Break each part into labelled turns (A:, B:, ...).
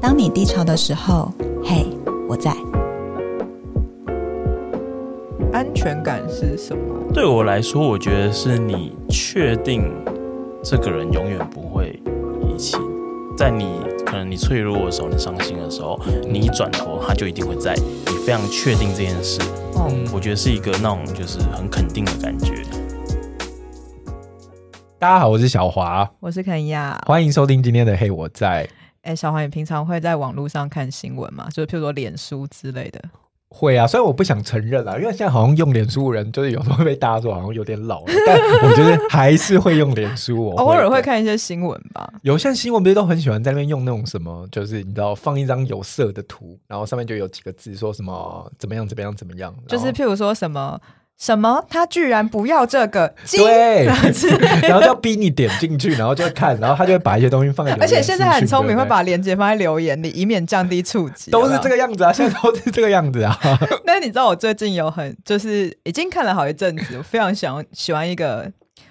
A: 当你低潮的时候，嘿，我在。
B: 安全感是什么？
C: 对我来说，我觉得是你确定这个人永远不会遗弃，在你可能你脆弱的时候，你伤心的时候，你一转头他就一定会在，你非常确定这件事。
B: 哦、
C: 我觉得是一个那种就是很肯定的感觉。
D: 大家好，我是小华，
B: 我是肯亚。
D: 欢迎收听今天的《嘿我在》，
B: 哎、小黄，你平常会在网络上看新闻吗？就是譬如说脸书之类的。
D: 会啊，虽然我不想承认啦，因为现在好像用脸书的人，就是有时候会被大家说好像有点老了，但我觉得还是会用脸书。我
B: 偶尔会
D: 的。
B: 看一些新闻吧。
D: 有些新闻不是都很喜欢在那边用那种什么，就是你知道放一张有色的图，然后上面就有几个字说什么怎么样怎么样怎么样，
B: 就
D: 然后
B: 是譬如说什么什么，他居然不要这个鸡。
D: 对，
B: 之类的
D: 然后就要逼你点进去，然后就会看，然后他就会把一些东西放在留
B: 而
D: 言私讯。
B: 且现在很聪明，
D: 对不
B: 会
D: 对
B: 把链接放在留言里，以免降低触及。
D: 都是这
B: 个。
D: 个样子啊，现在都是这个样子啊。
B: 但是你知道，我最近有很就是已经看了好一阵 子，我非常想喜欢一个，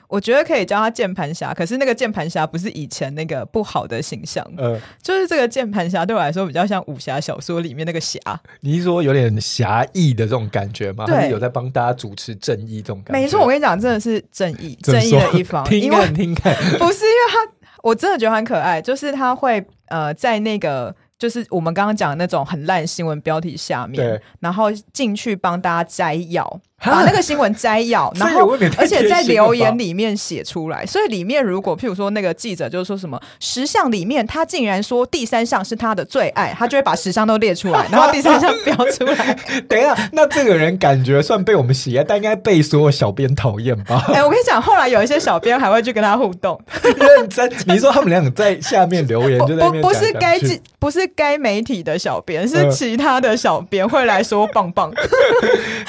B: 我觉得可以叫他键盘侠。可是那个键盘侠不是以前那个不好的形象，
D: 呃，
B: 就是这个键盘侠对我来说比较像武侠小说里面那个侠，
D: 你是说有点侠义的这种感觉吗？
B: 对
D: 还是有在帮大家主持正义这种感觉？
B: 没错，我跟你讲，真的是正义，
D: 怎么
B: 正义的
D: 说，
B: 一方
D: 听
B: 因为
D: 看听啊看，
B: 不是因为他，我真的觉得很可爱，就是他会呃在那个。就是我们刚刚讲的那种很烂新闻标题下面
D: 对，
B: 然后进去帮大家摘要，
D: 哈
B: 把那个新闻摘 要， 然
D: 这也未
B: 后
D: 免太
B: 而且在
D: 贴心了吧
B: 留言里面写出来。所以里面如果譬如说那个记者就是说什么十项里面，他竟然说第三项是他的最爱，他就会把十项都列出 来，然后第三项标出来。
D: 等一下，那这个人感觉算被我们喜爱，但应该被所有小编讨厌吧？
B: 哎、我跟你讲，后来有一些小编还会去跟他互动，
D: 认真，你说他们两个在下面留言，
B: 不
D: 就在那边
B: 不不是
D: 讲
B: 该
D: 讲去
B: 记不是该媒体的小编，是
D: 嗯
B: 其他的小编会来说棒 棒，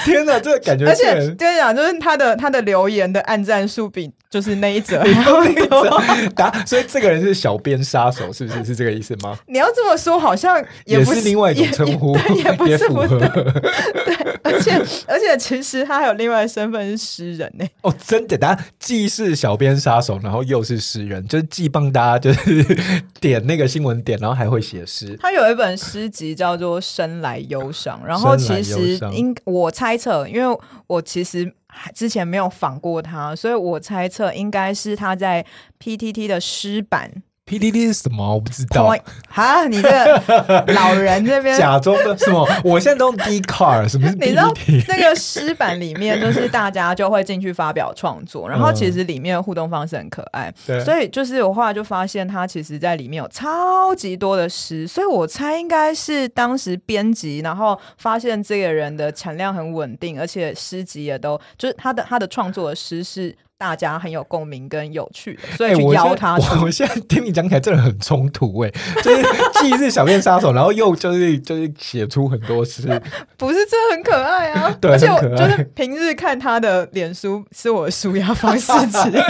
D: 天哪，这个感觉
B: 而且
D: 是
B: 跟你讲，就是他的他的留言的暗战数比就是那一 则
D: 你
B: 还
D: 要一
B: 要多。
D: 直打，所以这个人是小编杀手，是不是？是这个意思吗？
B: 你要这么说，好像
D: 也
B: 不
D: 是另外一种称呼
B: 也也对也，不
D: 也
B: 是
D: 符
B: 不
D: 合
B: 对，而且而且其实他还有另外的身份是诗人呢、
D: 哦，真的，大家既是小编杀手，然后又是诗人，就是既帮大家就是点那个新闻点，然后还会写诗。
B: 他有一本诗集叫做《生来忧伤》，然后
D: 生来
B: 其
D: 忧
B: 实
D: 伤
B: 应我猜测，因为我其实还之前没有访过他，所以我猜测应该是他在 PTT 的诗版。
D: PDD 是什么？我不知道。
B: 哈，你这个老人这边，
D: 假装的什么？我现在都用 D car，什么 是
B: 你知道
D: PDD？
B: 那个诗版里面，就是大家就会进去发表创作，然后其实里面的互动方式很可爱，
D: 对
B: 所以就是我后来就发现他其实在里面有超级多的诗，所以我猜应该是当时编辑，然后发现这个人的产量很稳定，而且诗集也都就是他的他的创作的诗是大家很有共鸣跟有趣的，所以
D: 哎
B: 去
D: 我
B: 邀
D: 现
B: 他
D: 在
B: 出
D: 我。我现在听你讲起来真的很冲突哎、就是既是小编杀手，然后又就是就是写出很 多诗，
B: 不是，这很可爱啊！
D: 对
B: 而且我
D: 很可
B: 就
D: 爱
B: 是平日看他的脸书是我的舒压方式之一。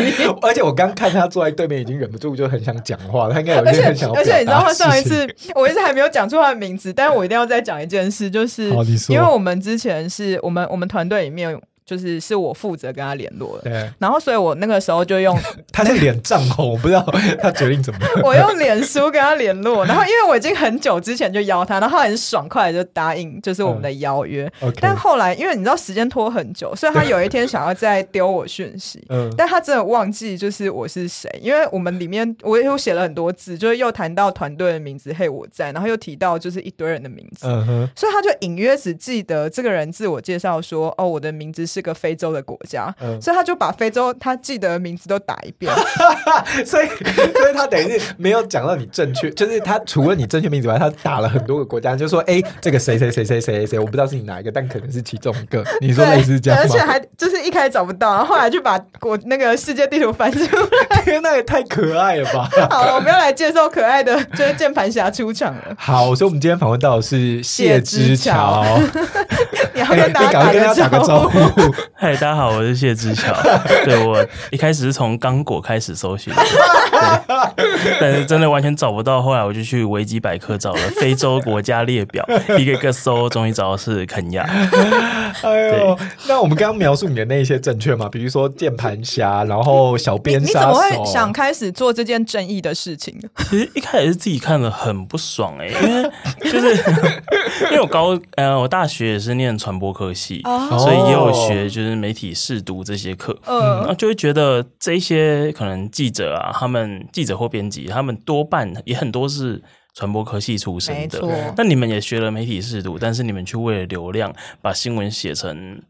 D: 而且我刚看他坐在对面，已经忍不住就很想讲话，他应该有
B: 而
D: 一些
B: 且
D: 很想要
B: 而且你知道
D: 表达
B: 他
D: 的
B: 上一
D: 事情
B: 次，我一直还没有讲出他的名字，但是我一定要再讲一件事，就是
D: 好你说
B: 因为我们之前是我们我们团队里面就是是我负责跟他联络的。
D: 对，
B: 然后，所以我那个时候就用
D: 他是脸涨红，我不知道他决定怎么 了。
B: 我用脸书跟他联络，然后因为我已经很久之前就邀他，然后他很爽快地就答应，就是我们的邀约。
D: 嗯 OK，
B: 但后来因为你知道时间拖很久，所以他有一天想要再丢我讯息，
D: 嗯，
B: 但他真的忘记就是我是谁，因为我们里面我又写了很多字，就是又谈到团队的名字，嘿我在，然后又提到就是一堆人的名字，
D: 嗯哼，
B: 所以他就隐约只记得这个人自我介绍说，哦，我的名字是个非洲的国家，
D: 嗯
B: 所以他就把非洲他记得的名字都打一遍，
D: 所以所以他等于是没有讲到你正确，就是他除了你正确名字以外，他打了很多个国家，就说哎、这个谁谁谁谁谁谁，我不知道是你哪一个，但可能是其中一个。你说
B: 对
D: 类似这样
B: 对而且
D: 吗？
B: 还就是一开始找不到，然后后来就把国那个世界地图翻出来。
D: 天呐，也太可爱了吧！
B: 好了，我们要来介绍可爱的就是键盘侠出场了，
D: 好，所以我们今天访问到的是谢之桥，
B: 你要
D: 哎
B: 跟大
D: 你
B: 家
D: 哎赶快跟他
B: 打
D: 打
B: 个
D: 个
B: 招
D: 招
B: 呼。
D: 呼。
C: 嗨，大家好，我是谢之桥。对我一开始是从刚果开始搜寻的，对但是真的完全找不到。后来我就去维基百科找了非洲国家列表，一个一个搜，终于找到是肯亚。
D: 哎呦，那我们刚刚描述你的那一些正确吗？比如说键盘侠，然后小
B: 你
D: 编
B: 你
D: 杀手，哦
B: 怎么会想开始做这件正义的事情？
C: 其实一开始是自己看了很不爽哎、因为 就是因为我高呃我大学也是念传播科系，
B: 哦
C: 所以也有学就是媒体试读这些课，嗯
B: 呃，
C: 那就会觉得这些可能记者啊，他们记者或编辑，他们多半也很多是传播科系出身
B: 没
C: 的
B: 错，，
C: 但你们也学了媒体试读，但是你们却为了流量把新闻写成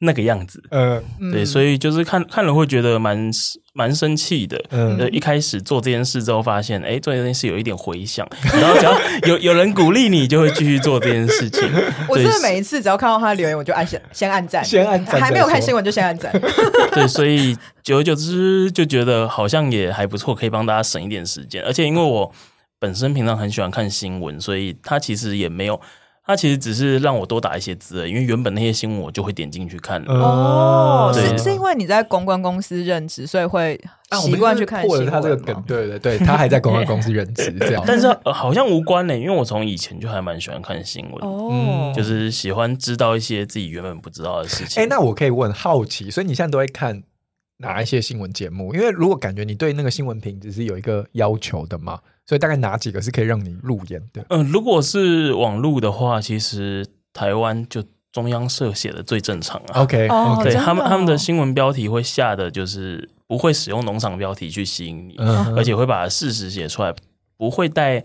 C: 那个样子，
D: 呃？
B: 嗯
C: 对，所以就是看看了会觉得蛮蛮生气的。
D: 嗯
C: 呃，一开始做这件事之后，发现哎、做这件事有一点回响，然后只 要有有人鼓励你，就会继续做这件事情。
B: 我
C: 对
B: 真的每一次只要看到他的留言，我就按 先先按赞，
D: 先按赞
B: 还没有
D: 再说
B: 看新闻就先按赞。
C: 对，所以久而久之就觉得好像也还不错，可以帮大家省一点时间。而且因为我本身平常很喜欢看新闻，所以它其实也没有，它其实只是让我多打一些字而已。因为原本那些新闻我就会点进去看
D: 呃
C: 了。
B: 哦，
C: 对
B: 是是因为你在公关公司任职，所以会
D: 啊，我
B: 习
D: 们
B: 惯
D: 就
B: 去
D: 是
B: 看
D: 破
B: 新
D: 了
B: 闻
D: 他这个
B: 吗
D: 梗，对对对，他还 在公关公司任职，这样。
C: 但是、呃好像无关呢、因为我从以前就还蛮喜欢看新闻，
B: 哦，
C: 嗯就是喜欢知道一些自己原本不知道的事情。
D: 哎、那我可以问，好奇，所以你现在都会看哪一些新闻节目？因为如果感觉你对那个新闻品质是有一个要求的嘛，所以大概哪几个是可以让你入眼的？
C: 嗯、如果是网路的话，其实台湾就中央社写的最正常啊。
D: OK，,
B: 哦
D: o
C: 对
D: k
B: 真的
C: 他们，
B: 哦
C: 他们的新闻标题会下的就是不会使用农场标题去吸引你，
D: 嗯
C: 而且会把事实写出来，不会带。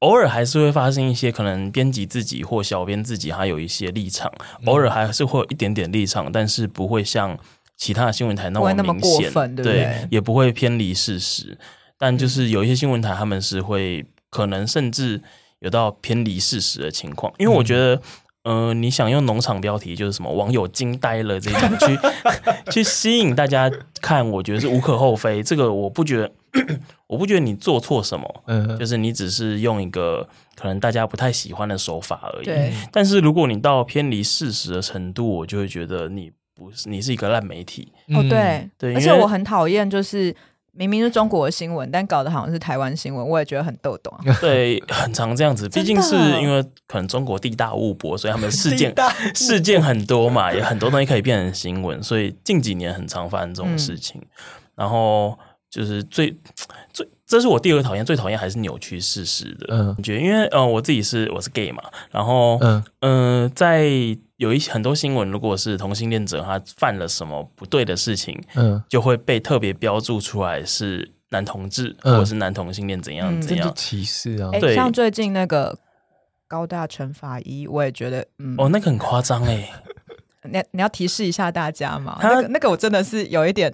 C: 偶尔还是会发生一些可能编辑自己或小编自己还有一些立场，
B: 嗯
C: 偶尔还是会有一点点立场，但是不会像其他的新闻台那
B: 不
C: 么
B: 会那么
C: 明
B: 过
C: 显，
B: 分对不对
C: 也不会偏离事实。但就是有一些新闻台他们是会可能甚至有到偏离事实的情况，因为我觉得。呃，你想用农场标题，就是什么网友惊呆了这种，去 去吸引大家看，我觉得是无可厚非。这个我不觉得， 我不觉得你做错什
B: 哦
C: 么，
D: 嗯
C: 就是你只是用一个可能大家不太喜欢的手法而已。
B: 对，
D: 嗯
C: 但是如果你到偏离事实的程度，我就会觉得你不是你是一个烂媒体。
D: 嗯
B: 哦，对，
C: 对
B: 而
C: 因
B: 且
C: 为
B: 我很讨厌，就是明明是中国的新闻，但搞得好像是台湾新闻，我也觉得很豆懂啊。
C: 对，很常这样子，毕
B: 真的
C: 竟是因为可能中国地大物博，所以他们事件
D: 地大物
C: 事件很多嘛，也很多东西可以变成新闻，所以近几年很常发生这种事情。然后就是最最，这是我第二个讨厌，最讨厌还是扭曲事实的
D: 嗯
C: 感觉，因为呃，我自己是我是 gay 嘛，然后
D: 嗯
C: 嗯、呃在有一些很多新闻，如果是同性恋者他犯了什么不对的事情，
D: 嗯，
C: 就会被特别标注出来是男同志、
D: 嗯
C: 或者是男同性恋怎样
B: 嗯
C: 怎
D: 这
C: 样
D: 就。歧视啊
B: 哎、！
C: 对
B: 像最近那个高大成法医，我也觉得，嗯，
C: 哦，那个很夸张哎，
B: 你你要提示一下大家嘛，
C: 他
B: 那个那个我真的是有一点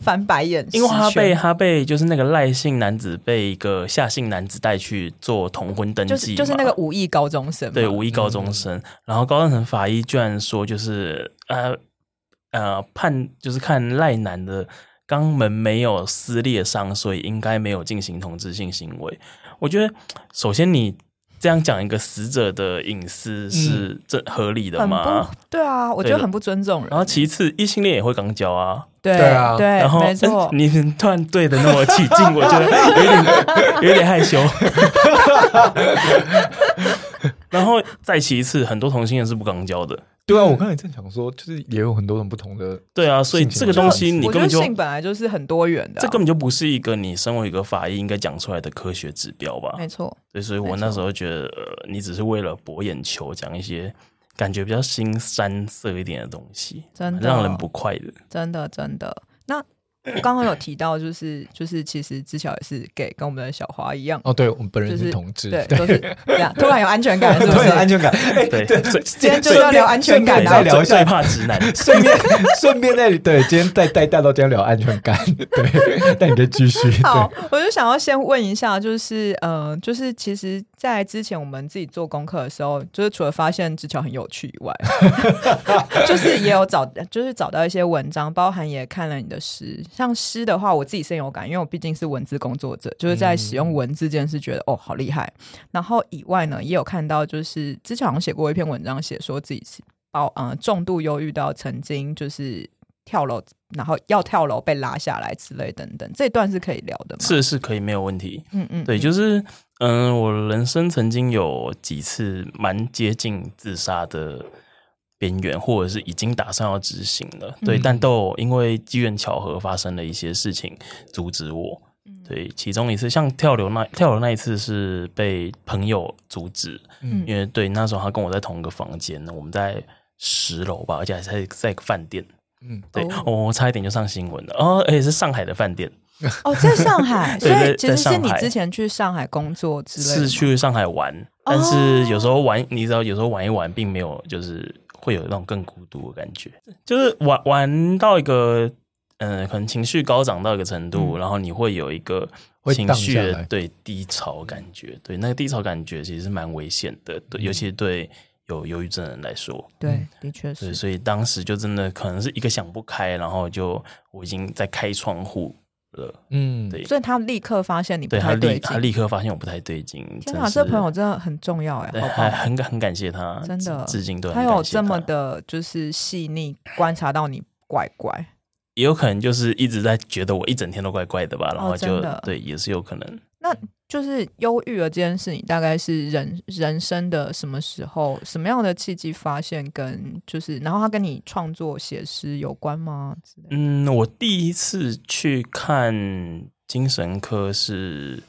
B: 翻白眼，
C: 因为他
B: 失
C: 被
B: 权
C: 他被就是那个赖姓男子被一个夏姓男子带去做同婚登
B: 就是
C: 记嘛，
B: 就是那个嗯武艺高中生嘛，
C: 对五一高中生，然后高中生法医居然说就是呃呃判就是看赖男的肛门没有撕裂伤，所以应该没有进行同质性行为。我觉得首先你这样讲一个死者的隐私是这合理的
B: 嗯很
C: 吗
B: 不？对啊，我觉得
C: 对
B: 很不尊重人
C: 然。后其次，异性恋也会肛交啊，
B: 对
D: 对啊
B: 对
C: 然后
B: 哎没错
C: 嗯，你们突然对的那么起劲，我觉得有 点有点害羞。然后再其次，很多同性恋是不肛交的，
D: 对啊，我刚才正想说，就是也有很多种不同的，
C: 对啊，所以
D: 性情
C: 这个
D: 上
C: 东西你
B: 我
C: 根
B: 觉
C: 本
B: 得
C: 就
B: 性本来就是很多元的啊、
C: 这根本就不是一个你身为一个法医应该讲出来的科学指标吧？
B: 没错，
C: 对，所以
B: 没
C: 我
B: 错
C: 那时候觉得，呃，你只是为了博眼球讲一些感觉比较新三色一点的东西，
B: 真的哦
C: 让人不快的。
B: 真的真的。那我刚刚有提到，就是就是，其实之巧也是给跟我们的小华一样，
D: 哦，对我们本人
B: 就是
D: 是同志，
B: 对，都是这样，突然有安全感，是不
D: 都
B: 是
D: 有？安 全感。哎
C: 对所以
B: 今 天就是要聊安全感
D: 顺便
B: 啊
D: 再聊一
C: 最
D: 下，
C: 怕 直男。
D: 顺便 顺便再对，今天带带带到今天聊安全感， 对，但你可以继续，
B: 好
D: 对，
B: 我就想要先问一下，就是呃，就是其实，在之前我们自己做功课的时候，就是除了发现之桥很有趣以外， 就是也有找，就是找到一些文章，包含也看了你的诗。像诗的话，我自己深有感，因为我毕竟是文字工作者，就是在使用文字这件事，觉得、哦好厉害。然后以外呢，也有看到，就是之前好像写过一篇文章，写说自己是。熬呃重度忧郁到曾经就是跳楼，然后要跳楼被拉下来之类等等，这段是可以聊的吗？，
C: 是是可以没有问题。
B: 嗯嗯，
C: 对，
B: 嗯
C: 就是嗯、我人生曾经有几次蛮接近自杀的边缘，或者是已经打算要执行了，对，
B: 嗯
C: 但都有因为机缘巧合发生了一些事情阻止我。
B: 嗯
C: 对，其中一次像跳楼那跳楼那一次是被朋友阻止，
B: 嗯
C: 因为对那时候他跟我在同一个房间，我们在十楼吧，而且还在在一个饭店。
D: 嗯，
C: 对，
B: 哦
C: 我、我差一点就上新闻了，哦，而且是上海的饭店，
B: 哦，在上海，所
C: 对
B: 以
C: 在
B: 其实
C: 在上
B: 是你
C: 海
B: 之前去上海工作之类的吗，哦
C: 是去上海玩，但是有时候玩，你知道，有时候玩一玩，并没有就是会有那种更孤独的感觉，就是玩玩到一个，嗯、可能情绪高涨到一个程
B: 嗯
C: 度，然后你会有一个
D: 会
C: 情
D: 荡
C: 绪
D: 下
C: 的
D: 来
C: 对低潮感觉，对那个低潮感觉其实是蛮危险的，对，
B: 嗯
C: 尤其对有忧郁症的人来说，
B: 对，的确
C: 对，
B: 是，
C: 所以当时就真的可能是一个想不开，然后就我已经在开窗户了，
D: 嗯，
C: 对
B: 所以他立刻发现你不
C: 对他
B: 太
C: 立
B: 对
C: 他
B: 劲。
C: 立刻发现我不太对劲，
B: 天
C: 真
B: 哪，
C: 是
B: 这朋友真的很重要哎，
C: 对，
B: 好
C: 还
B: 棒！
C: 很感很感谢他，
B: 真的
C: 致致敬对，
B: 他
C: 很感
B: 有
C: 谢
B: 这么，的，就是细腻观察到你怪怪，
C: 也有可能就是一直在觉得我一整天都怪怪的吧，然后就、
B: 哦真的
C: 对，也是有可能。
B: 就是忧郁了这件事，你大概是人人生的什么时候、什么样的契机发现，跟就是，然后他跟你创作写诗有关吗？之类的
C: 嗯，我第一次去看精神科是，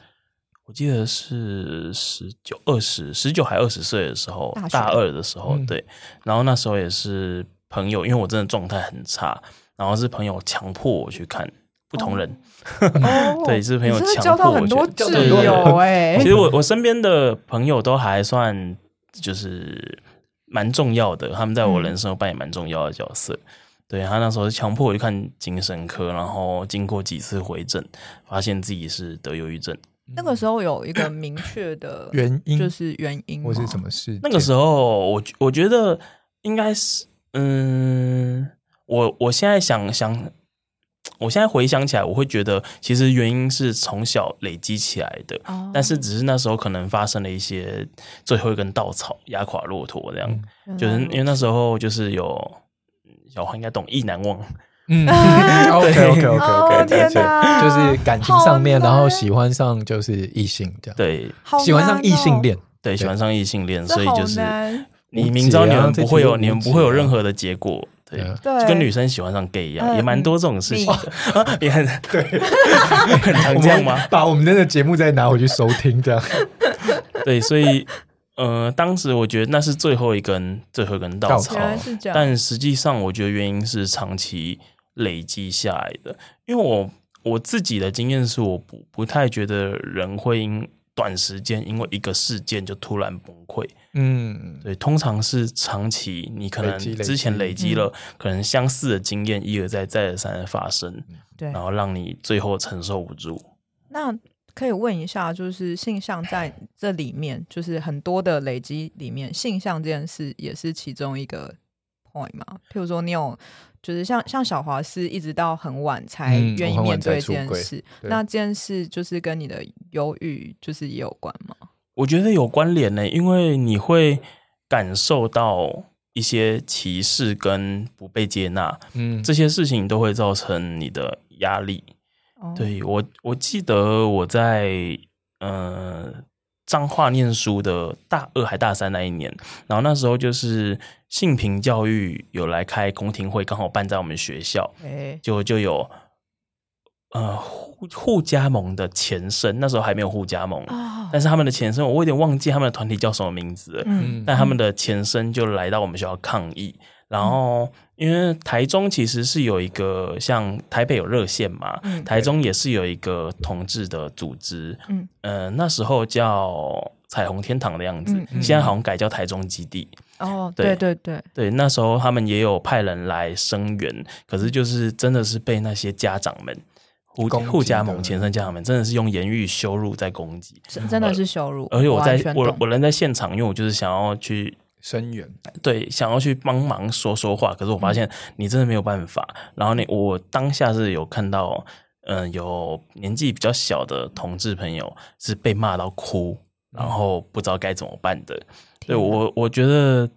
C: 我记得是十九、二十、十九还二十岁的时候
B: 大，学
C: 大二的时候，
D: 嗯
C: 对。然后那时候也是朋友，因为我真的状态很差，然后是朋友强迫我去看不同人，
B: 哦
C: 对是朋友
B: 你真的
C: 强
B: 交到
C: 迫我
B: 很多
C: 去
D: 对
B: 挚
D: 对对
B: 友哎
C: 其，实我我身边的朋友都还算就是蛮重要的，他们在我人生中扮演蛮重要的角色。对他那时候是强迫我去看精神科，然后经过几次回诊，发现自己是得忧郁症。
B: 那个时候有一个明确的
D: 原因
B: 就是原因
D: 或是什
B: 么？
D: 么事件？
C: 那个时候，我我觉得应该是，嗯，我我现在想想，我现在回想起来，我会觉得其实原因是从小累积起来的。
B: 哦
C: 但是只是那时候可能发生了一些最后一根稻草压垮骆驼这样，
D: 嗯
C: 就是因为那时候就是有嗯小黄应该懂意难忘，
D: 嗯 ，OK OK
B: 哦
D: OK
B: 天
D: OK，
B: 哪，
D: 就是感情上面，
B: 好难
D: 然后喜欢上就是异性这样，
C: 对
B: 好
D: 喜欢上
B: 难
D: 异性
B: 哦，
D: 恋，
C: 对，喜欢上异性恋，
B: 这
C: 所以就
B: 好
C: 是
B: 难
C: 你明知道你们不会有
D: 无解啊
C: 你们不会有任何的结果，对，
D: 对啊
B: 对，
C: 就跟女生喜欢上 gay 一样，
B: 嗯
C: 也蛮多这种事情的，啊 也很对，很常这样吗？？
D: 把我们的节目再拿回去收听这样。
C: 对，所以呃，当时我觉得那是最后一根最后一根稻
D: 稻
C: 草
D: 草
B: 原，来是这样，
C: 但实际上，我觉得原因是长期累积下来的。因为我我自己的经验是，我不不太觉得人会因短时间因为一个事件就突然崩溃。
D: 嗯，
C: 对，通常是长期，你可能
D: 累积累积
C: 之前累积了可能相似的经验，一而再再而三的发生，
B: 对
C: 然后让你最后承受不住。
B: 那可以问一下，就是性向 在这里面，就是很多的累积里面，性向这件事也是其中一个 point 嘛？譬如说，你有就是像像小华是一直到很晚才
D: 嗯
B: 愿
D: 我
B: 意
D: 很晚
B: 面
D: 才
B: 对这
D: 出
B: 件
D: 柜
B: 事，
D: 对
B: 那这件事就是跟你的忧郁就是也有关吗？
C: 我觉得有关联呢、因为你会感受到一些歧视跟不被接纳。
D: 嗯，
C: 这些事情都会造成你的压力。
B: 哦，
C: 对我，我记得我在呃彰化念书的大二还大三那一年，然后那时候就是性平教育有来开公听会，刚好办在我们学校，
B: 哎，
C: 就就有呃互互加盟的前身，那时候还没有互加盟，
B: 啊，
C: 但是他们的前身我有点忘记他们的团体叫什么名字了。
B: 嗯，
C: 但他们的前身就来到我们学校抗议。然后，因为台中其实是有一个像台北有热线嘛，
B: 嗯
C: 台中也是有一个同志的组织，
B: 嗯
C: 嗯，呃，那时候叫彩虹天堂的样子，
B: 嗯嗯
C: 现在好像改叫台中基地。
B: 哦，对
C: 对
B: 对对，
C: 对，那时候他们也有派人来声援，可是就是真的是被那些家长们。互
D: 攻击
C: 互加盟
D: 的
C: 前身家长们真的是用言语羞辱在攻击，
B: 是
D: 嗯
B: 真的是羞辱，
C: 而且我
B: 完
C: 在
B: 全
C: 我
B: 懂
C: 我人在现场，因为我就是想要去
D: 深远，
C: 对，想要去帮忙说说话，可是我发现你真的没有办法。然后呢，我当下是有看到，嗯、有年纪比较小的同志朋友 是 被骂到哭，然后不知道该怎么办的。对我，我觉得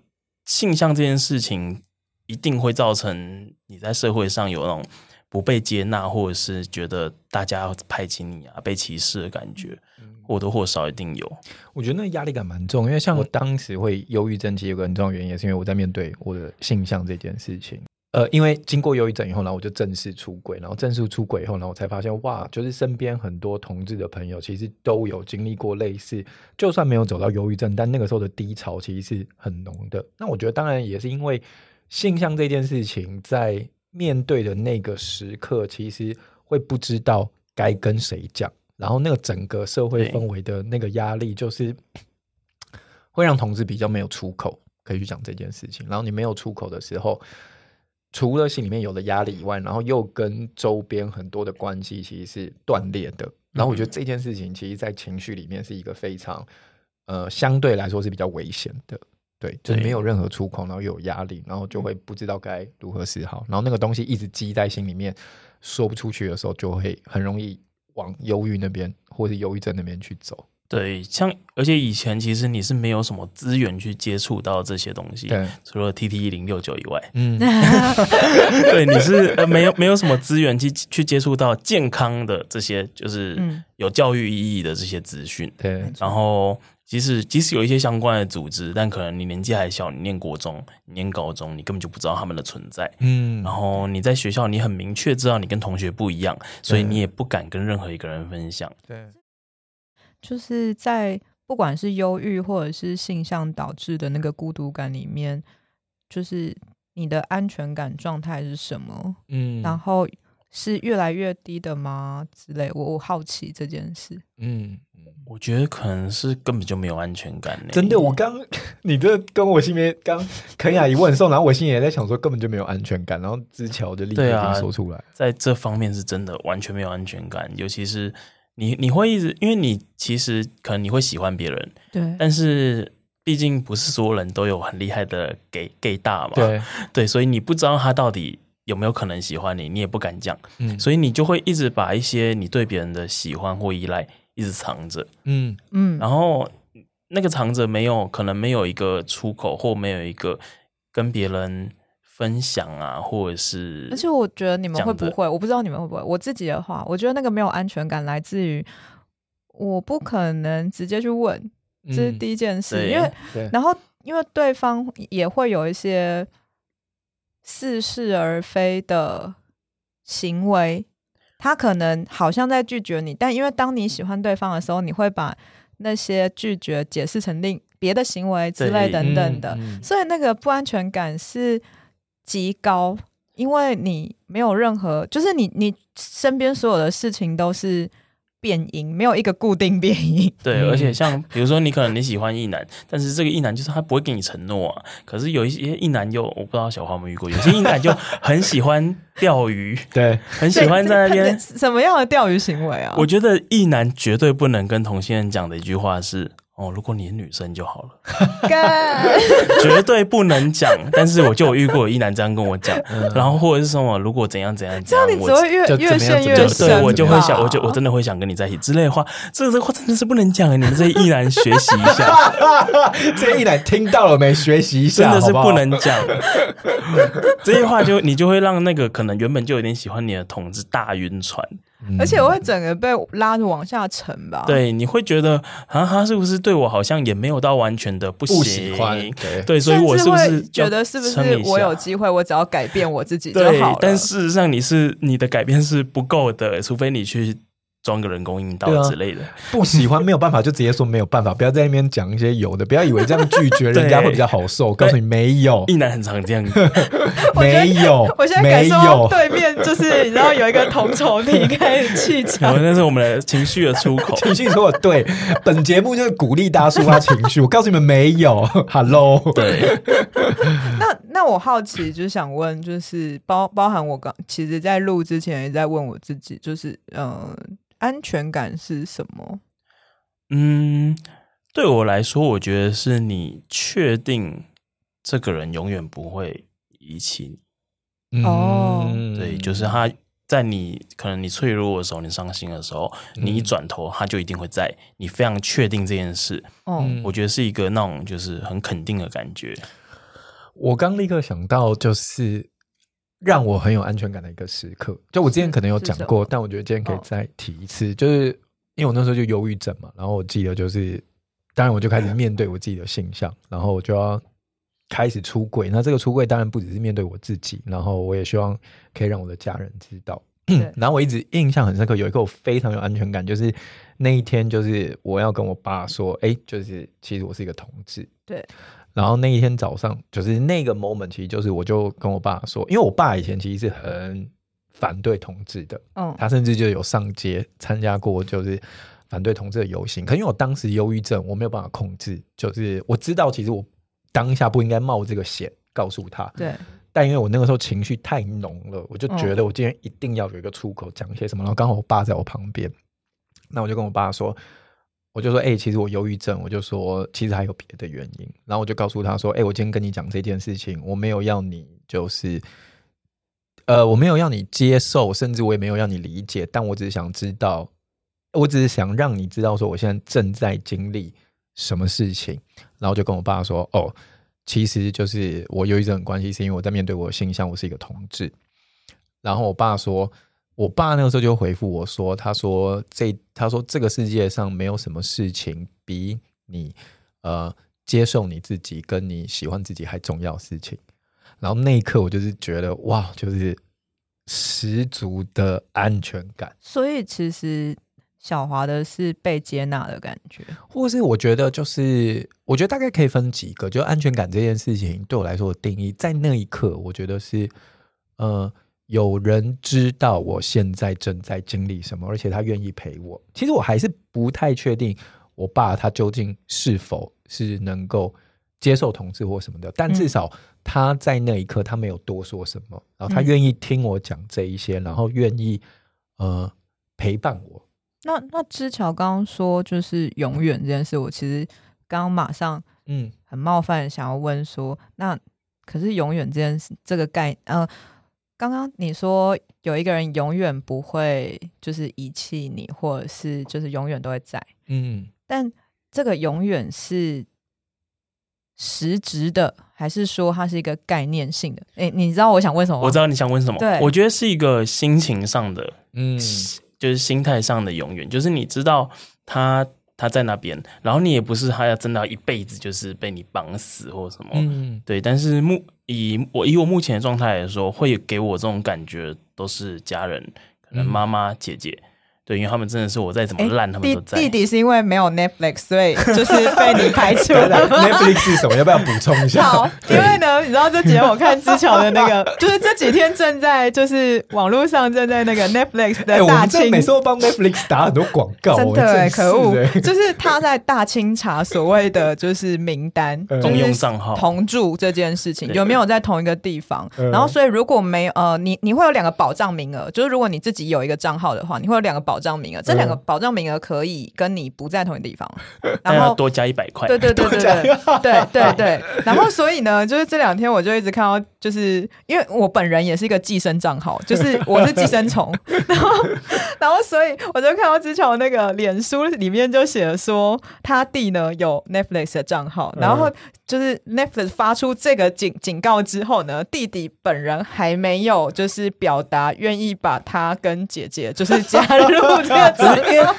C: 性向这件事情一定会造成你在社会上有那种不被接纳，或者是觉得大家排挤你啊、被歧视的感觉，或多或少一定有。
D: 我觉得那个压力感蛮重，因为像我当时会忧郁症，其实有个很重要的原因，也是因为我在面对我的性向这件事情。呃，因为经过忧郁症以后，然后我就正式出轨，然后正式出轨以后，然后我才发现，哇，就是身边很多同志的朋友，其实都有经历过类似，就算没有走到忧郁症，但那个时候的低潮其实是很浓的。那我觉得，当然也是因为性向这件事情，在面对的那个时刻，其实会不知道该跟谁讲，然后那个整个社会
C: 对
D: 氛围的那个压力，就是会让同志比较没有出口可以去讲这件事情。然后你没有出口的时候，除了心里面有的压力以外，然后又跟周边很多的关系其实是断裂的。然后我觉得这件事情，其实，在情绪里面是一个非常呃，相对来说是比较危险的。对，就是
C: 对
D: 没有任何出口，然后又有压力，然后就会不知道该如何是好，然后那个东西一直积在心里面，说不出去的时候，就会很容易往忧郁那边或是忧郁症那边去走。
C: 对，像而且以前其实你是没有什么资源去接触到这些东西，
D: 对，
C: 除了 T T 一零六九以外，
D: 嗯，
C: 对，你是呃没有没有什么资源去去接触到健康的这些，就是
B: 嗯
C: 有教育意义的这些资讯。
D: 对，
C: 然后即使即使有一些相关的组织，但可能你年纪还小，你念国中，你念高中，你根本就不知道他们的存在。
D: 嗯
C: 然后你在学校，你很明确知道你跟同学不一样，所以你也不敢跟任何一个人分享。
D: 对，
B: 就是在不管是忧郁或者是性向导致的那个孤独感里面，就是你的安全感状态是什么？
D: 嗯
B: 然后是越来越低的吗？之类，我我好奇这件事。
D: 嗯，
C: 我觉得可能是根本就没有安全感、欸。
D: 真的，我刚你这跟我心里面刚肯雅一问的时候，然后我心里也在想说，根本就没有安全感，然后之前我就立刻
C: 对
D: 已
C: 啊
D: 经说出来，
C: 在这方面是真的完全没有安全感，尤其是你你会一直，因为你其实可能你会喜欢别人，
B: 对，
C: 但是毕竟不是所有人都有很厉害的 gay gay 大嘛，
D: 对，
C: 对，啊所以你不知道他到底有没有可能喜欢你，你也不敢讲，
D: 嗯
C: 所以你就会一直把一些你对别人的喜欢或依赖一直藏着，
D: 嗯
B: 嗯，
C: 然后那个藏着没有可能没有一个出口，或没有一个跟别人分享啊，或者是
B: 而且我觉得你们
C: 讲
B: 会不
C: 的
B: 会，我不知道你们会不会。我自己的话，我觉得那个没有安全感来自于我不可能直接去问， 这是
D: 嗯
B: 第一件事，
C: 对
B: 因为
D: 对
B: 然后因为对方也会有一些似是而非的行为，他可能好像在拒绝你，但因为当你
C: 嗯
B: 喜欢对方的时候，你会把那些拒绝解释成另别的行为之类
C: 对
B: 等等的，
D: 嗯嗯
B: 所以那个不安全感是极高，因为你没有任何，就是你你身边所有的事情都是变音，没有一个固定变音。
C: 对，
D: 嗯
C: 而且像比如说，你可能你喜欢一男，但是这个一男就是他不会给你承诺啊。可是有一些一男又我不知道小花有没有遇过，有 些一男就很喜欢钓鱼，
D: 对，
C: 很喜欢
B: 对
C: 在那
B: 这个
C: 边。
B: 什么样的钓鱼行为啊？
C: 我觉得一男绝对不能跟同性恋讲的一句话是：哦，如果你是女生就好了，
B: 干
C: 绝对不能讲。但是我就有遇过有一男这样跟我讲，然后或者是什么，如果怎样怎 样
B: 嗯这
C: 怎
B: 样
C: 样，
B: 你
C: 我
B: 只会越
D: 就
B: 越
D: 怎么样
B: 陷
D: 怎么
B: 越
D: 样
C: 就
B: 深
C: 对
B: 吧。
C: 我就会想，我就我真的会想跟你在一起之类的话，这个话真的是不能讲的。欸你们这些一男学习一下。
D: 这一来听到了没？学习一
C: 真
D: 下，
C: 的是
D: 好
C: 不
D: 好
C: 能讲 这些话就，你就会让那个可能原本就有点喜欢你的同志大晕船。
D: 嗯
B: 而且我会整个被拉着往下沉吧。，
C: 对，你会觉得啊，他是不是对我好像也没有到完全的不行
D: 不喜欢，对，
C: 对，所以
B: 甚
C: 我
B: 至
C: 是不
B: 会
C: 是
B: 觉
C: 要
B: 得是不
C: 撑
B: 是
C: 一
B: 我
C: 下
B: 有机会，我只要改变我自己就
C: 对
B: 好了？，
C: 但事实上你是你的改变是不够的，除非你去装个人工阴
D: 对啊
C: 道之类的。
D: 不喜欢没有办法，就直接说没有办法，不要在那边讲一些有的，不要以为这样拒绝
C: 对
D: 人家会比较好受。告诉你没有，
C: 一男很常这样 子，
D: 没有
B: 我现在，感
D: 没
B: 受到，
D: 有
B: 对面 就是你知道有一个同仇敌忾的气
C: 我
B: 场
C: 们，那是我们的情绪的出口。
D: 情绪说的对，本节目就是鼓励大家抒发情绪。我告诉你们没有，Hello，
C: 对，
B: 那那我好奇，就是想问，就是包包含我刚，其实，在录之前也在问我自己，就是呃，安全感是什么？
C: 嗯，对我来说，我觉得是你确定这个人永远不会遗弃你。
B: 哦
D: 嗯
C: 对，就是他在你可能你脆弱的时候，你伤心的时候，你
D: 嗯
C: 一转头，他就一定会在。你非常确定这件事，
B: 哦、
D: 嗯
C: 我觉得是一个那种就是很肯定的感觉。
D: 我刚立刻想到就是让我很有安全感的一个时刻，就我之前可能有讲过，但我觉得今天可以再提一次，就是因为我那时候就忧郁症嘛，然后我记得就是，当然我就开始面对我自己的性向，然后我就要开始出柜。那这个出柜当然不只是面对我自己，然后我也希望可以让我的家人知道。
C: 嗯
B: 对
D: 然后我一直印象很深刻，有一个我非常有安全感，就是那一天，就是我要跟我爸说，哎，就是其实我是一个同志。
B: 对。
D: 然后那一天早上，就是那个 moment，其实就是我就跟我爸说，因为我爸以前其实是很反对同志的，
B: 嗯，
D: 他甚至就有上街参加过，就是反对同志的游行。可因为我当时忧郁症，我没有办法控制，就是我知道其实我当下不应该冒这个险告诉他，
B: 对，
D: 但因为我那个时候情绪太浓了，我就觉得我今天一定要有一个出口讲些什么。然后刚好我爸在我旁边，那我就跟我爸说，我就说，哎、其实我忧郁症，我就说其实还有别的原因。然后我就告诉他说，哎、我今天跟你讲这件事情，我没有要你就是。呃，我没有要你接受，甚至我也没有要你理解，但我只是想知道，我只是想让你知道，说我现在正在经历什么事情。然后就跟我爸说，哦，其实就是我忧郁症的关系，是因为我在面对我的性向，我是一个同志。然后我爸说，我爸那个时候就回复我说，他说这他说这个世界上没有什么事情比你呃接受你自己跟你喜欢自己还重要的事情。然后那一刻我就是觉得哇，就是十足的安全感，
B: 所以其实小华的是被接纳的感觉，
D: 或是我觉得就是我觉得大概可以分几个，就安全感这件事情对我来说的定义，在那一刻我觉得是呃有人知道我现在正在经历什么，而且他愿意陪我。其实我还是不太确定我爸他究竟是否是能够。接受同志或什么的，但至少他在那一刻他没有多说什么，然后他
B: 嗯
D: 愿意听我讲这一些，然后愿意呃陪伴我，
B: 那那知乔刚刚说就是永远这件事，我其实刚刚马上
D: 嗯，
B: 很冒犯地想要问说，那可是永远这件事这个概呃，刚刚你说有一个人永远不会就是遗弃你，或者是就是永远都会在，
D: 嗯，
B: 但这个永远是实质的，还是说它是一个概念性的？诶，你知道我想问什
D: 哦
B: 么吗？
C: 我知道你想问什么，
B: 对
C: 我觉得是一个心情上的，
D: 嗯，
C: 就是心态上的永远，就是你知道他他在那边，然后你也不是他要真的要一辈子就是被你绑死或什么，
D: 嗯，
C: 对。但是目以我以我目前的状态来说，会给我这种感觉都是家人，可能
D: 嗯
C: 妈妈、姐姐，对，因为他们真的是我再怎么
B: 诶
C: 烂，他们
B: 哎弟
C: 都在。
B: 弟弟是因为没有 Netflix，所以就是被你排除
E: 等
B: 了
E: 等。Netflix 是什么？要不要补充一下？哎
B: 好，因为呢，你知道这几天我看知乔的那个， 就是这几天正在就是网络上正在那个 Netflix
E: 哎、
B: 的
E: 我
B: 大
E: 们这
B: 清，
E: 每次都帮 Netflix 打很多广告、
B: 真的
E: 哎
B: 哎，
E: 真是
B: 可恶
E: 哎，
B: 就是他在大清查所谓的就是名单，
E: 嗯
B: 就是
C: 共用账号
B: 同住这件事情
C: 对
B: 有没有在同一个地方？
E: 嗯
B: 然后所以如果没呃，你你会有两个保障名额，就是如果你自己有一个账号的话，你会有两个保障名额，这两个保障名额可以跟你不在同一个地方，
C: 但
B: 然
C: 要
B: 后
C: 多加一百块，
B: 对对 对对
E: 这样
B: 对对对 对。然后所以呢，就是这两天我就一直看到，就是因为我本人也是一个寄生账 号，就是我是寄生虫，然后 然后所以我就看到之前我那个脸书里面就写了说，他弟呢有 Netflix 的账号，嗯然后就是 Netflix 发出这个警警告之后呢，弟弟本人还没有就是表达愿意把他跟姐姐就是加入这个 账号。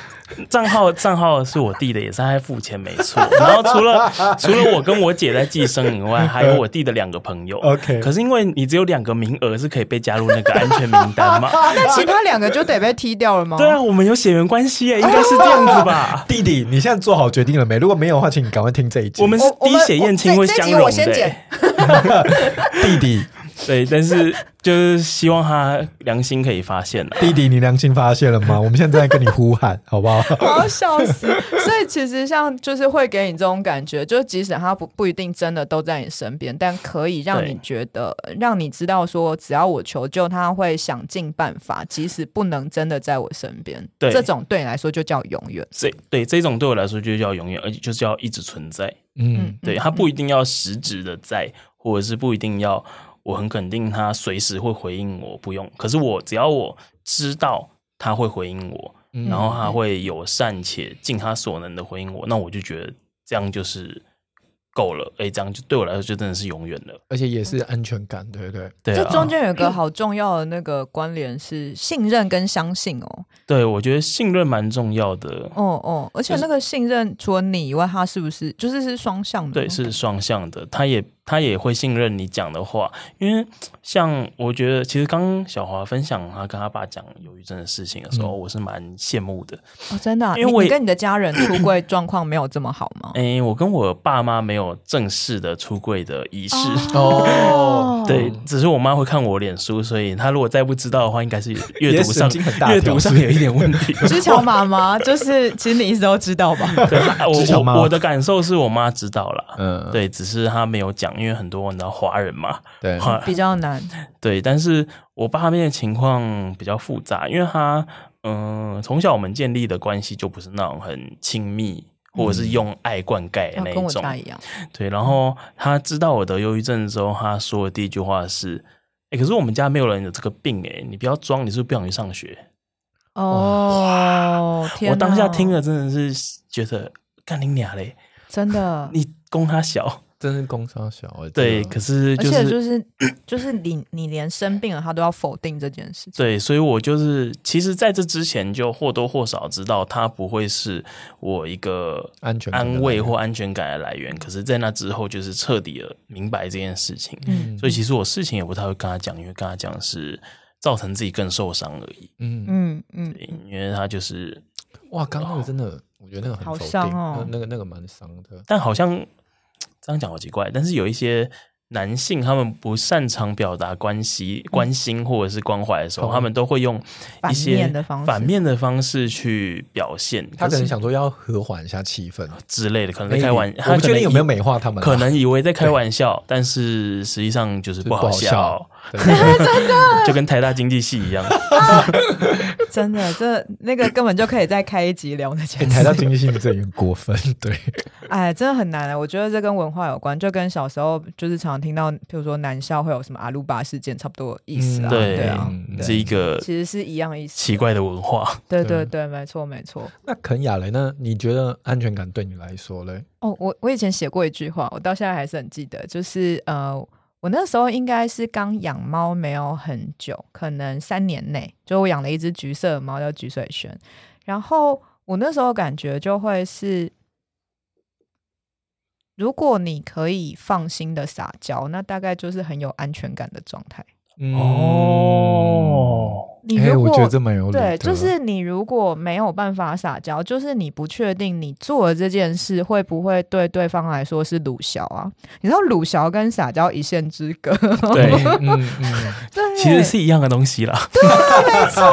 C: 账号账号是我弟的，也是他在付钱没错。然后除了除了我跟我姐在寄生以外，还有我弟的两个朋友。
E: OK？
C: 可是因为你只有两个名额是可以被加入那个安全名 单嘛？
B: 那其他两个就得被踢掉了吗？
C: 对啊，我们有血缘关系耶，应该是这样子
B: 哦
C: 吧
E: 弟弟，你现在做好决定了没？如果没有的话，请你赶快听这一集。
C: 我们是
B: 我我
C: 滴
B: 们
C: 血验亲
B: 我
C: 会
B: 这
C: 相
B: 这集我
C: 容
B: 先
C: 的
B: 剪
C: 耶，
E: 弟弟，
C: 对，但是就是希望他良心可以发现 了。
E: 弟弟，你良心发现了吗？我 们现在在跟你呼喊，好不好？
B: 我要笑死！所以其实像就是会给你这种感觉，就是即使他不不一定真的都在你身边，但可以让你
C: 对
B: 觉得，让你知道说，只要我求救，他会想尽办法，即使不能真的在我身边。
C: 对
B: 这种对你来说就叫永远。
C: 所以对这种对我来说就叫永远，而且就是要一直存在。
D: 嗯，
C: 对他不一定要实质的在，或者是不一定要我很肯定他随时会回应我，不用。可是我只要我知道他会回应我，
D: 嗯
C: 然后他会友善且尽他所能的回应我，那我就觉得这样就是够了，哎，这样就对我来说就真的是永远了。
F: 而且也是安全感，对不对？
C: 对
B: 这
C: 啊，
B: 中间有一个好重要的那个关联是信任跟相信哦，
C: 对我觉得信任蛮重要的。
B: 哦哦，而且那个信任除了你以外，他是不是就是是双
D: 嗯
B: 向的？
C: 对，是双向的，他也他也会信任你讲的话，因为像我觉得，其实刚刚小华分享他跟他爸讲忧郁症的事情的时候，
F: 嗯
C: 我是蛮羡慕的。
B: 哦，真的啊、
C: 因为我
B: 你你
C: 也
B: 跟你的家人出柜状况没有这么好吗？
C: 诶，我跟我爸妈没有正式的出柜的仪式，
F: 哦
C: 对，只是我妈会看我脸书，所以她如果再不知道的话，应该是阅
D: 也
C: 读上
D: 神经很大条，
C: 阅读上有一 点问题。
B: 知乔妈妈就是，其实你一直都知道吧？
C: 对，
F: 至少
C: 我
F: 妈
C: 我我的感受是我妈知道了，
F: 嗯，
C: 对，只是她没有讲，因为很多你知道华人嘛，
F: 对，
C: 华
B: 比较 难，
C: 对，但是我爸那边的情况比较复杂，因为他嗯，呃从、小我们建立的关系就不是那种很亲密，或者是用爱灌溉
B: 嗯
C: 的
B: 要
C: 那
B: 跟
C: 一
B: 我
C: 种。
B: 家一样。
C: 对，然后他知道我得忧郁症之后，他说的第一句话是：“哎、可是我们家没有人有这个病、诶，你不要装，你是不是不想去上学
B: 哦，？”天
C: 我当下
B: 哪
C: 听了真的是觉得干你娘嘞，
B: 真的，
C: 你供他小
F: 真是工伤小欸
C: 对，
F: 这个
C: 可是
B: 啊而
C: 就
B: 且
C: 是
B: 就是就是你你连生病了，他都要否定这件事情。
C: 对，所以我就是，其实在这之前就或多或少知道它不会是我一个
F: 安全感的来源
C: 安慰或安全感的来源。可是，在那之后，就是彻底的明白这件事情。
B: 嗯
C: 所以，其实我事情也不太会跟他讲，因为跟他讲是造成自己更受伤而已。
F: 嗯，
B: 嗯嗯，
C: 对因为他就是，
F: 哇，刚刚那个真的，我觉得那个很
B: 好
F: 否
B: 伤
F: 定
B: 哦
F: 那那个那个蛮伤的。
C: 但好像这样讲好奇怪，但是有一些。男性他们不擅长表达关系、关心或者是关怀的时候，
F: 嗯
C: 他们都会用一
B: 反
C: 些
B: 面的方式，
C: 反面的方式去表现。
F: 他可
C: 是
F: 能想说要和缓一下气氛，哎
C: 之类的，可
D: 哎
C: 能在开玩，
F: 我
C: 他
F: 不
C: 可
F: 确
C: 能
F: 定有没有
C: 以
F: 美化他们啊，
C: 可能以为在开玩笑，但是实际上就是
F: 就是
C: 不好
F: 笑
C: 笑，，
F: 对
C: 就跟台大经济系一样。
B: 真的，这那个根本就可以再开一集聊那件
F: 欸
B: 事。
F: 台到经济性这有点过分， 对，
B: 哎，真的很难啊！我觉得这跟文化有关，就跟小时候就是常听到，譬如说南校会有什么阿鲁巴事件，差不多意思啊。
F: 嗯
C: 对
B: 对啊，
F: 嗯
C: 是一个
B: 其实是一样意思。
C: 奇怪的文化。
B: 对对
F: 对
B: 对，没错没错。
F: 那肯雅雷呢？你觉得安全感对你来说嘞？
B: 哦，我我以前写过一句话，我到现在还是很记得，就是呃，我那时候应该是刚养猫没有很久，可能三年内，就我养了一只橘色的猫叫橘水轩，然后我那时候感觉就会是，如果你可以放心的撒娇，那大概就是很有安全感的状态。
F: 嗯，
B: 你
F: 哎，
B: 如
F: 我
B: 果、
F: 觉得这蛮有理的
B: 对，就是你如果没有办法撒娇，就是你不确定你做的这件事会不会对对方来说是鲁小啊？你知道鲁小跟撒娇一线之隔，
C: 对，
F: 嗯嗯嗯，
B: 对，
C: 其实是一样的东西啦，
B: 没
C: 根
B: 错，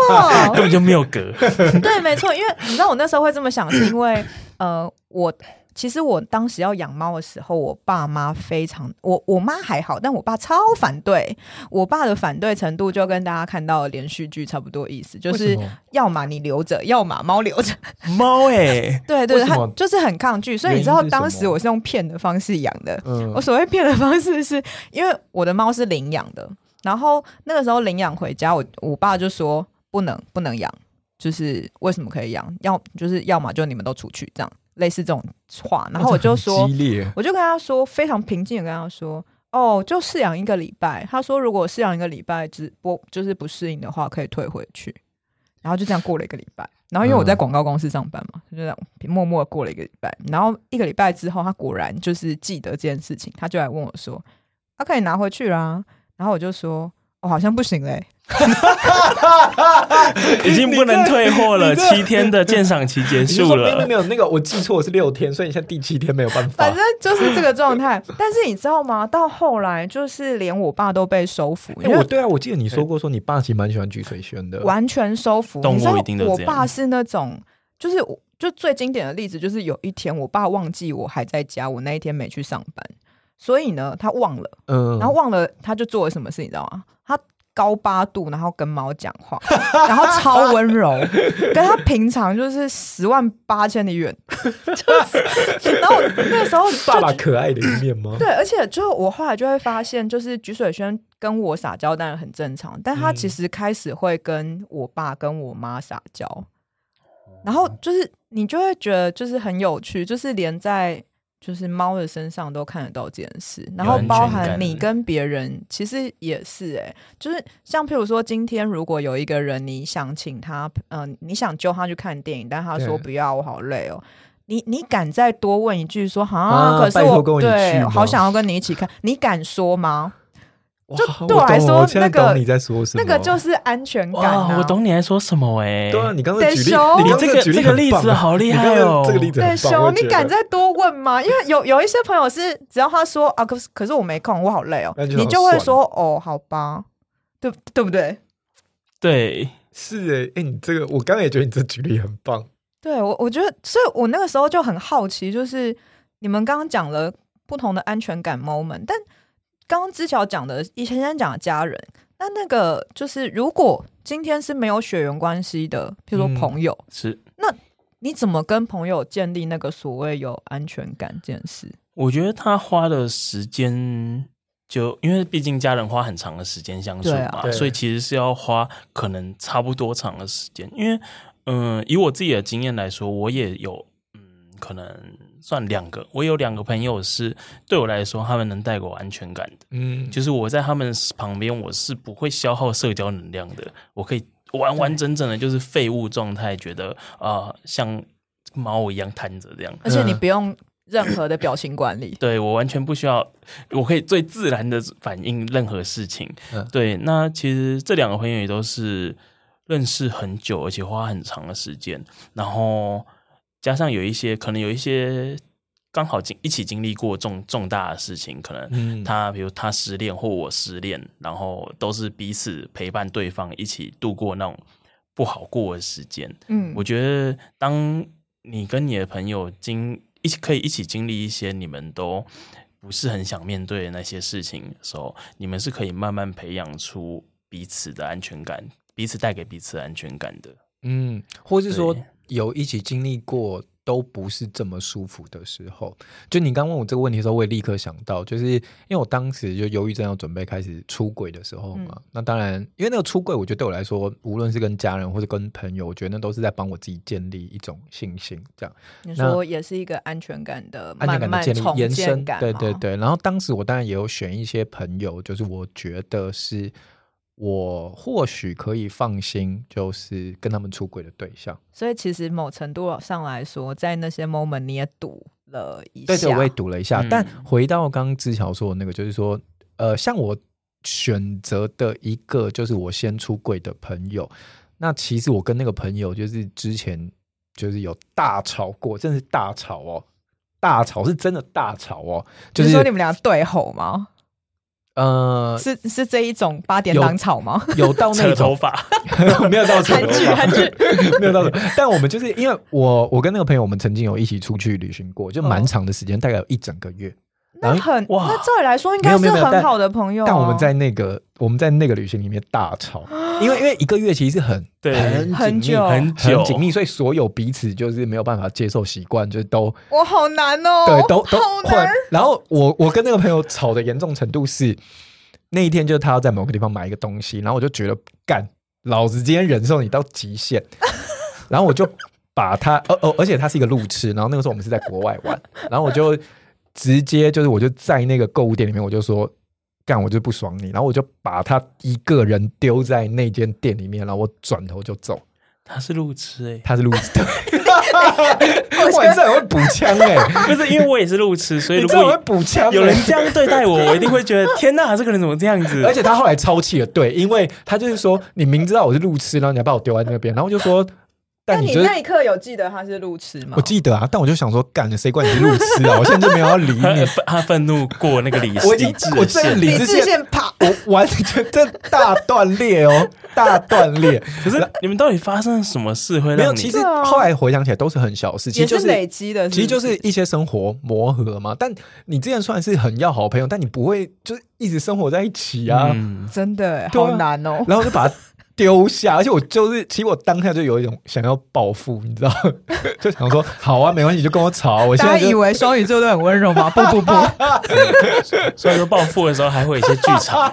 C: 本就没有隔。
B: 对，没错，因为你知道我那时候会这么想，是因为呃，我其实我当时要养猫的时候，我爸妈非常，我我妈还好，但我爸超反对，我爸的反对程度就跟大家看到的连续剧差不多意思，就
F: 为
B: 是
F: 什么
B: 要么你留着，要么猫留着。
C: 猫哎，
B: 对
F: 为
B: 对，
F: 什
B: 他
F: 么
B: 就是很抗拒，所以你知
F: 原因
B: 道
F: 是
B: 当
F: 什
B: 时
F: 么
B: 我是用骗的方式养的。
F: 嗯
B: 我所谓骗的方式是，因为我的猫是领养的，然后那个时候领养回家，我我爸就说不能不能养，就是为什么可以养？要就是要么就你们都出去这样，类似这种话。然后我就
F: 哇这
B: 说
F: 很，激烈，
B: 我就跟他说，非常平静的跟他说，哦，就试养一个礼拜。他说如果试养一个礼拜只不就是不适应的话，可以退回去。然后就这样过了一个礼拜。然后因为我在
F: 嗯
B: 广告公司上班嘛，就这样默默地过了一个礼拜。然后一个礼拜之后，他果然就是记得这件事情，他就来问我说，他、可以拿回去啦。然后我就说，哦，好像不行嘞、
C: 已经不能退货了，
D: 你这
C: 七天的鉴赏期结
D: 你是
C: 束
D: 说没有没有
C: 了
D: 没。有那个我记错是六天，所以你现在第七天没有办 法
B: 反。正就是这个状态。 但是你知道吗？到后来就是连我爸都被收服，因
F: 哎，
B: 为
F: 我对啊，我记得你说过说你爸其实蛮喜欢菊水轩的，
B: 完全收服。
C: 动物
B: 你知道
C: 一定都
B: 我
C: 这样
B: 爸是那种，就是我就最经典的例子，就是有一天我爸忘记我还在家，我那一天没去上班，所以呢，他忘了，
F: 嗯，
B: 然后忘了，他就做了什么事，你知道吗？他。高八度，然后跟猫讲话， 然后超温柔， 跟他平常就是十万八千里远， 就是。然后我那时候就
D: 爸爸可爱的一面吗？
B: 对，而且就我后来就会发现，就是菊水轩跟我撒娇当然很正常，但他
C: 嗯
B: 其实开始会跟我爸跟我妈撒娇，
C: 哦
B: 然后就是你就会觉得就是很有趣，就是连在就是猫的身上都看得到这件事，然
C: 有
B: 后
C: 安
B: 包
C: 全
B: 含
C: 感
B: 你跟别人其实也是哎、就是像譬如说，今天如果有一个人你想请他，嗯、你想揪他去看电影，但他说
G: 对
B: 不要，我好累哦。你你敢再多问一句说
G: 啊
B: 可是
G: 拜托
B: 我
G: 跟我一起去
B: 对
G: 吗
B: 好想要跟你一起看，你敢说吗？
G: 哇
B: 就对我来
G: 懂
B: 说
G: 我现在
B: 那个
G: 懂你在说什么，啊
B: 那个就是安全感、啊。
C: 哇，我懂你在说什么哎、
G: 对啊，你刚才举例
B: 得修，
G: 你
C: 你这个
G: 举
C: 这
G: 例
C: 个
G: 很
C: 例
G: 棒
C: 子
G: 啊
C: 好厉
G: 你刚
C: 害
G: 才
C: 哦，
G: 这个例子
B: 对，
G: 很棒，
B: 熊
G: 我，
B: 你
G: 觉得
B: 敢再多问吗？因为有有一些朋友是，只要他说啊，可是可是我没空，我好累哦，
G: 那就
B: 你
G: 想
B: 就会
G: 算
B: 说哦，好吧，对对不对？
C: 对，
G: 是哎哎，你这个我刚刚也觉得你这举例很棒，
B: 对我我觉得，所以我那个时候就很好奇，就是你们刚刚讲了不同的安全感 moment，但刚刚之乔讲的，以前先讲的家人，那那个就是如果今天是没有血缘关系的，譬如
G: 嗯
B: 说朋友，
C: 是，
B: 你怎么跟朋友建立那个所谓有安全感这件事？
C: 我觉得他花的时间就因为毕竟家人花很长的时间相处
B: 对
C: 嘛，
B: 啊
G: 对
C: 所以其实是要花可能差不多长的时间。因为嗯、呃以我自己的经验来说，我也有嗯，可能算两个，我有两个朋友是对我来说，他们能带给我安全感的，
G: 嗯，
C: 就是我在他们旁边，我是不会消耗社交能量的，我可以完完整整的就是废物状态，觉得啊、像猫一样瘫着这样。，
B: 而且
D: 嗯
B: 你不用任何的表情管理
C: 对我完全不需要，我可以最自然的反应任何事情。
G: 嗯
C: 对，那其实这两个朋友也都是认识很久，而且花很长的时间，然后加上有一些可能有一些刚好经一起经历过重重大的事情，可能
G: 嗯
C: 他比如他失恋或我失恋，然后都是彼此陪伴对方一起度过那种不好过的时间。
B: 嗯
C: 我觉得，当你跟你的朋友经一起可以一起经历一些你们都不是很想面对的那些事情的时候，你们是可以慢慢培养出彼此的安全感，彼此带给彼此的安全感的。
D: 嗯，或是说
C: 对
D: 有一起经历过都不是这么舒服的时候，就你刚问我这个问题的时候，我也立刻想到，就是因为我当时就忧郁症要准备开始出轨的时候嘛，
B: 嗯
D: 那当然，因为那个出轨，我觉得对我来说，无论是跟家人或者跟朋友，我觉得那都是在帮我自己建立一种信心，这样。
B: 你
D: 那
B: 说也是一个安全感的
D: 安全
B: 慢
D: 感的
B: 慢
D: 建立、
B: 重
D: 延
B: 建
D: 伸，
B: 感
D: 对对
B: 吗，
D: 对。然后当时我当然也有选一些朋友，就是我觉得是我或许可以放心，就是跟他们出轨的对象。
B: 所以其实某程度上来说，在那些 moment 你也赌了一下，
D: 对对，我也读了一下。
C: 嗯
D: 但回到刚刚之乔说的那个，就是说，呃，像我选择的一个就是我先出柜的朋友，那其实我跟那个朋友就是之前就是有大吵过，真的是大吵哦，大吵是真的大吵哦，就
B: 你
D: 是
B: 说你们俩对吼吗？
D: 呃。
B: 是是这一种八点
D: 有
B: 档吵吗？
D: 有到那
C: 扯头
D: 种
C: 发，
G: 没有到
B: 韩剧韩剧，
D: 没有到手，但我们就是因为我我跟那个朋友，我们曾经有一起出去旅行过，就蛮
B: 哦
D: 长的时间，大概有一整个月。
B: 那
D: 然后
B: 很
C: 哇
B: 那照理来说应
D: 哎没
B: 该
D: 有没
B: 是
D: 有没有
B: 很
D: 但
B: 好的朋友啊，
D: 但我们在那个我们在那个旅行里面大 吵，因为因为一个月其实是很
C: 对
D: 很
B: 很
D: 紧密
B: 久
C: 很久
D: 很紧密，所以所有彼此就是没有办法接受习惯，就是都
B: 我好难哦，
D: 对，都都
B: 好
D: 换
B: 难，。
D: 然后我我跟那个朋友吵的严重程度是，那一天就是他要在某个地方买一个东西，然后我就觉得干，老子今天忍受你到极 限，然后我就把他，哦哦，而且他是一个路痴，然后那个时候我们是在国外玩，然后我就直接就是我就在那个购物店里面，我就说。干，我就不爽你，然后我就把他一个人丢在那间店里面，然后我转头就走。
C: 他是路痴欸
D: 他是路 痴，哇，你这很会补枪哎、
C: 哎、不是因为我也是路痴，所以
D: 你
C: 如
D: 这很会
C: 果
D: 补枪、欸，
C: 有人这样对待我，我一定会觉得天哪，这个人怎么这样子？
D: 而且他后来超气了，对，因为他就是说，你明知道我是路痴，然后你还把我丢在那边，然后我就说，
B: 那
D: 但你
B: 你
D: 就是
B: 那一刻有记得他是路痴吗？
D: 我记得啊，但我就想说，干了，谁管你是路痴啊？我现在就没有要理
C: 他
D: 你，
C: 他愤怒过那个 理
D: 我已
C: 理
D: 经
C: 智
D: 我
C: 的
D: 真的
C: 线，
D: 理
B: 理
D: 智
B: 智
D: 线，
B: 线啪，
D: 我完全这大断裂哦，大断裂。
C: 可是你们到底发生了什么事会
D: 没有，啊
C: 让
D: 其
C: 你
D: 实后来回想起来都是很小的事，其
B: 也
D: 实就是
B: 累积的，
D: 其实就是
B: 不
D: 是一些生活磨合嘛。但你之前算是很要好的朋友，但你不会就是一直生活在一起啊。
C: 嗯
B: 是真的欸
D: 对啊
B: 好难哦。
D: 然后我就把它丢下，而且我就是，其实我当下就有一种想要报复，你知道， 就想说，好啊，没关系，你就跟我吵啊，我现
B: 大家
D: 在
B: 以
D: 就。
B: 为双鱼座都很温柔吗？不不 不，
C: 所以说报复的时候还会有一些剧 场，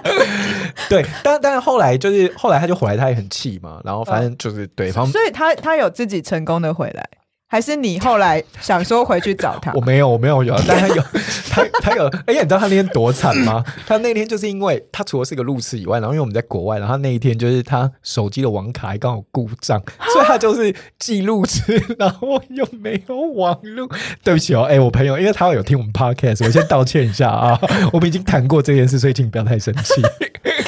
D: 对，但但后来就是后来他就回来，他也很气嘛，然后反正就是对方
B: 所以他他有自己成功的回来，还是你后来想说回去找他
D: 我？没有，我没有有，但他有，他他有，而且你知道他那天多惨吗？他那天就是因为他除了是个路痴以外，然后因为我们在国外，然后他那一天就是他手机的网卡还刚好故障，所以他就是既路痴，然后又没有网路。对不起哦，哎、我朋友，因为他有听我们 podcast，我先道歉一下啊，我们已经谈过这件事，所以请不要太生气。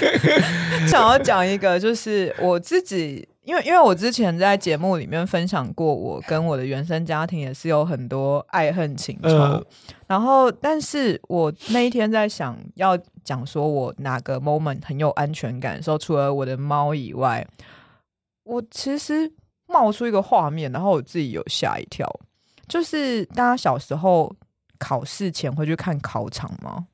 B: 想要讲一个，就是我自己，因为因为我之前在节目里面分享过，我跟我的原生家庭也是有很多爱恨情仇。
D: 嗯
B: 然后，但是我那一天在想要讲说我哪个 moment 很有安全感的时候，除了我的猫以外，我其实冒出一个画面，然后我自己有吓一跳，就是大家小时候考试前会去看考场吗？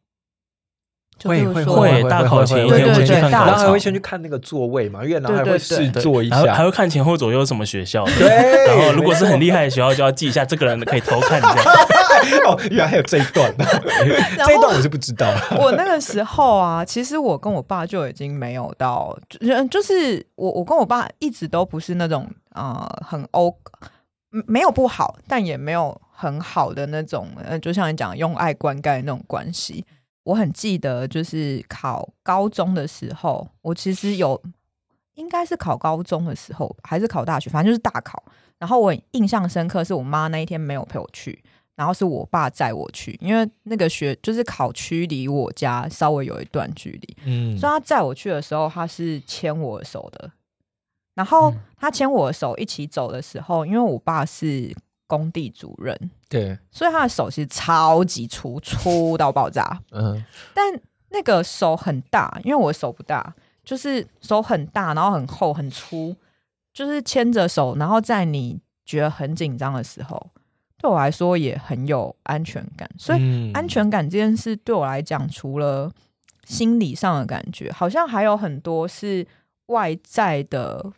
B: 就
F: 会
B: 比如
F: 会
B: 说
C: 会大考前一
B: 天会去看考
D: 然后还会
C: 场
D: 先去看那个座位嘛，因为然后
B: 对
D: 还
B: 对对
D: 会试坐一
C: 还会还
D: 下。
C: 会看前后左右什么学校的。
D: 对，
C: 然后，如果是很
D: 害
C: 厉害的学校，就要记一下这个人可以偷看一下。
D: 哦，原来还有这一段、啊，
B: 然后
D: 这一段我是不知道。
B: 我那个时候啊，其实我跟我爸就已经没有到，就就是我我跟我爸一直都不是那种啊、呃很欧，嗯没有不好，但也没有很好的那种，呃，就像你讲用爱灌溉那种关系。我很记得，就是考高中的时候，我其实有应该是考高中的时候，还是考大学，反正就是大考。然后我很印象深刻，是我妈那一天没有陪我去，然后是我爸载我去，因为那个学就是考区离我家稍微有一段距离，
D: 嗯
B: 所以他载我去的时候，他是牵我的手的。然后他牵我的手一起走的时候，因为我爸是工地主任，
F: 对，
B: 所以他的手其实超级粗，粗到爆炸。
F: 嗯，
B: 但那个手很大，因为我手不大，就是手很大，然后很厚很粗，就是牵着手，然后在你觉得很紧张的时候，对我来说也很有安全感。所
D: 嗯
B: 以
F: 以
B: 安全感这件事对我来讲，除了心理上的感觉，好像还有很多是外在的，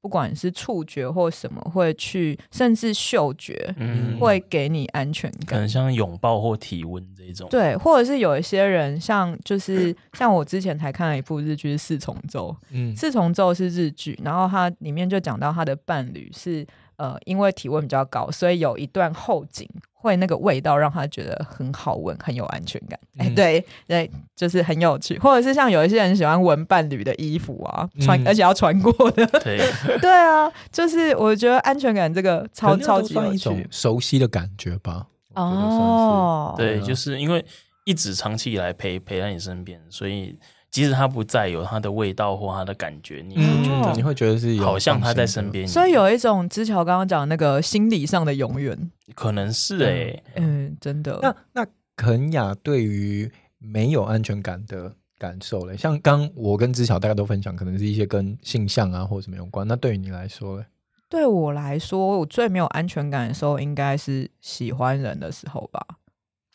B: 不管是触觉或什么，会去甚至嗅觉
C: 嗯，
B: 会给你安全
C: 可
B: 感
C: 能。像拥抱或体温这一种。
B: 对，或者是有一些人像就是 像我之前才看了一部日剧是《四重奏》，
F: 嗯
B: 四重奏》是日剧，然后它里面就讲到他的伴侣是呃，因为体温比较高，所以有一段后颈会那个味道让他觉得很好闻，很有安全感。哎、
F: 嗯
B: 对对，就是很有趣，或者是像有一些人喜欢闻伴侣的衣服啊，穿、
F: 嗯
B: 而且要穿过 的，
C: 对，
B: 对啊，就是我觉得安全感这个超超级有
F: 一种
B: 趣
F: 熟悉的感觉吧。我觉得算是，
B: 哦，
C: 对，
F: 啊
C: 就是因为一直长期以来陪陪在你身边，所以即使他不在，有他的味道或他的感觉，你会觉
B: 哦
F: 嗯你会觉得是
C: 得
F: 有
C: 好像他在
F: 放
C: 身
F: 心的，
C: 边。
B: 所以有一种之乔刚刚讲那个心理上的永远，
C: 可能是哎，
B: 嗯，真的，
F: 那那肯雅对于没有安全感的感受嘞，像刚我跟知晓大家都分享，可能是一些跟性向啊或者什么有关。那对于你来说嘞，
B: 对我来说，我最没有安全感的时候，应该是喜欢人的时候吧。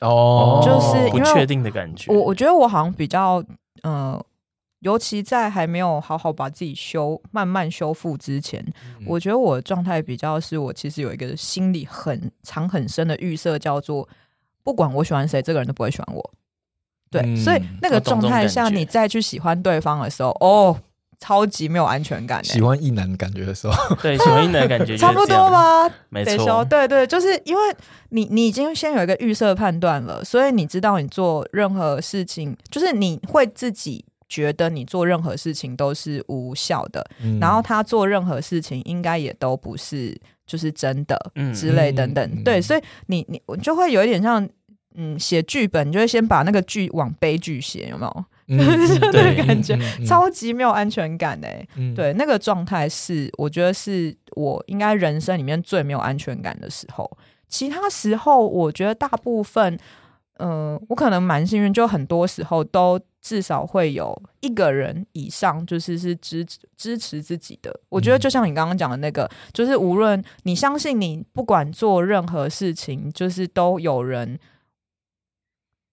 F: 哦
B: 就是
C: 不
B: 因为
C: 确定的感觉。
B: 我我觉得我好像比较，呃，尤其在还没有好好把自己修慢慢修复之前，
F: 嗯
B: 我觉得我的状态比较是我其实有一个心里很长很深的预设，叫做不管我喜欢谁，这个人都不会喜欢我。对，
F: 嗯
B: 所以那个
C: 我懂
B: 状
C: 这种
B: 态
C: 感
B: 下，
C: 觉
B: 你再去喜欢对方的时候，哦，超级没有安全感、欸，
F: 喜欢一男的感觉的时候，
C: 对喜欢你的感觉就 是
B: 差不
C: 这
B: 多
C: 样，
B: 吧，
C: 没
B: 得修，
C: 错。
B: 对对，就是因为你你已经先有一个预设判断了，所以你知道你做任何事情，就是你会自己觉得你做任何事情都是无效的，
F: 嗯
B: 然后他做任何事情应该也都不是就是真的
C: 嗯
B: 之类等等，
F: 嗯嗯
B: 对，所以你你我就会有一点像。嗯，写剧本你就会先把那个剧往悲剧写，有没有？
F: 嗯 嗯
C: 那个
F: 嗯
B: 感觉
F: 嗯嗯
B: 超级没有安全感哎、
F: 嗯
B: 对，那个状态是，我觉得是我应该人生里面最没有安全感的时候。其他时候，我觉得大部分，嗯、我可能蛮幸运，就很多时候都至少会有一个人以上，就是是支持支持自己的。我觉得就像你刚刚讲的那个，就是无论你相信你，不管做任何事情，就是都有人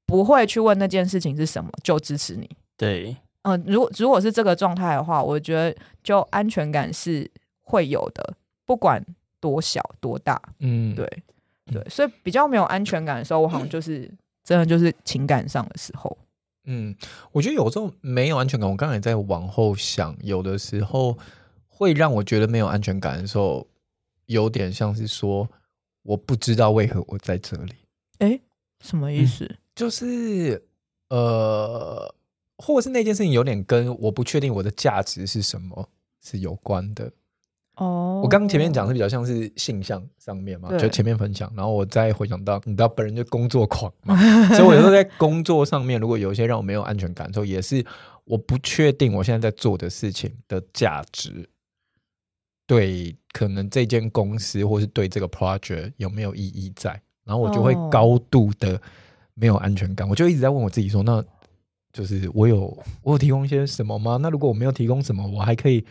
B: 不会去问那件事情是什么，就支持你。
C: 对，
B: 嗯、如果如果是这个状态的话，我觉得就安全感是会有的，不管多小多大，
F: 嗯
B: 对对，所以比较没有安全感的时候，我好像
D: 嗯
B: 就是、真的就是情感上的时候，
F: 嗯，我觉得有时候没有安全感，我刚才也在往后想，有的时候会让我觉得没有安全感的时候，有点像是说
D: 我不知道为何我在这里，
B: 什么
D: 嗯
B: 意思？
D: 就是
H: 呃，
D: 或者是那件事情有点跟我不确定我的价值是什么是有关的。
B: 哦，
D: 我刚前面讲是比较像是性向上面嘛，
B: 对
D: 就前面分享，然后我再回想到，你知道本人就工作狂 嘛，所以我有时候在工作上面，如果有一些让我没有安全感的时候，也是我不确定我现在在做的事情的价值，对可能这间公司或是对这个 project 有没有意义在，然后我就会
B: 哦
D: 高度的没有安全感，我就一直在问我自己说，那就是我有我有提供一些什么吗？那如果我没有提供什么，我还可以。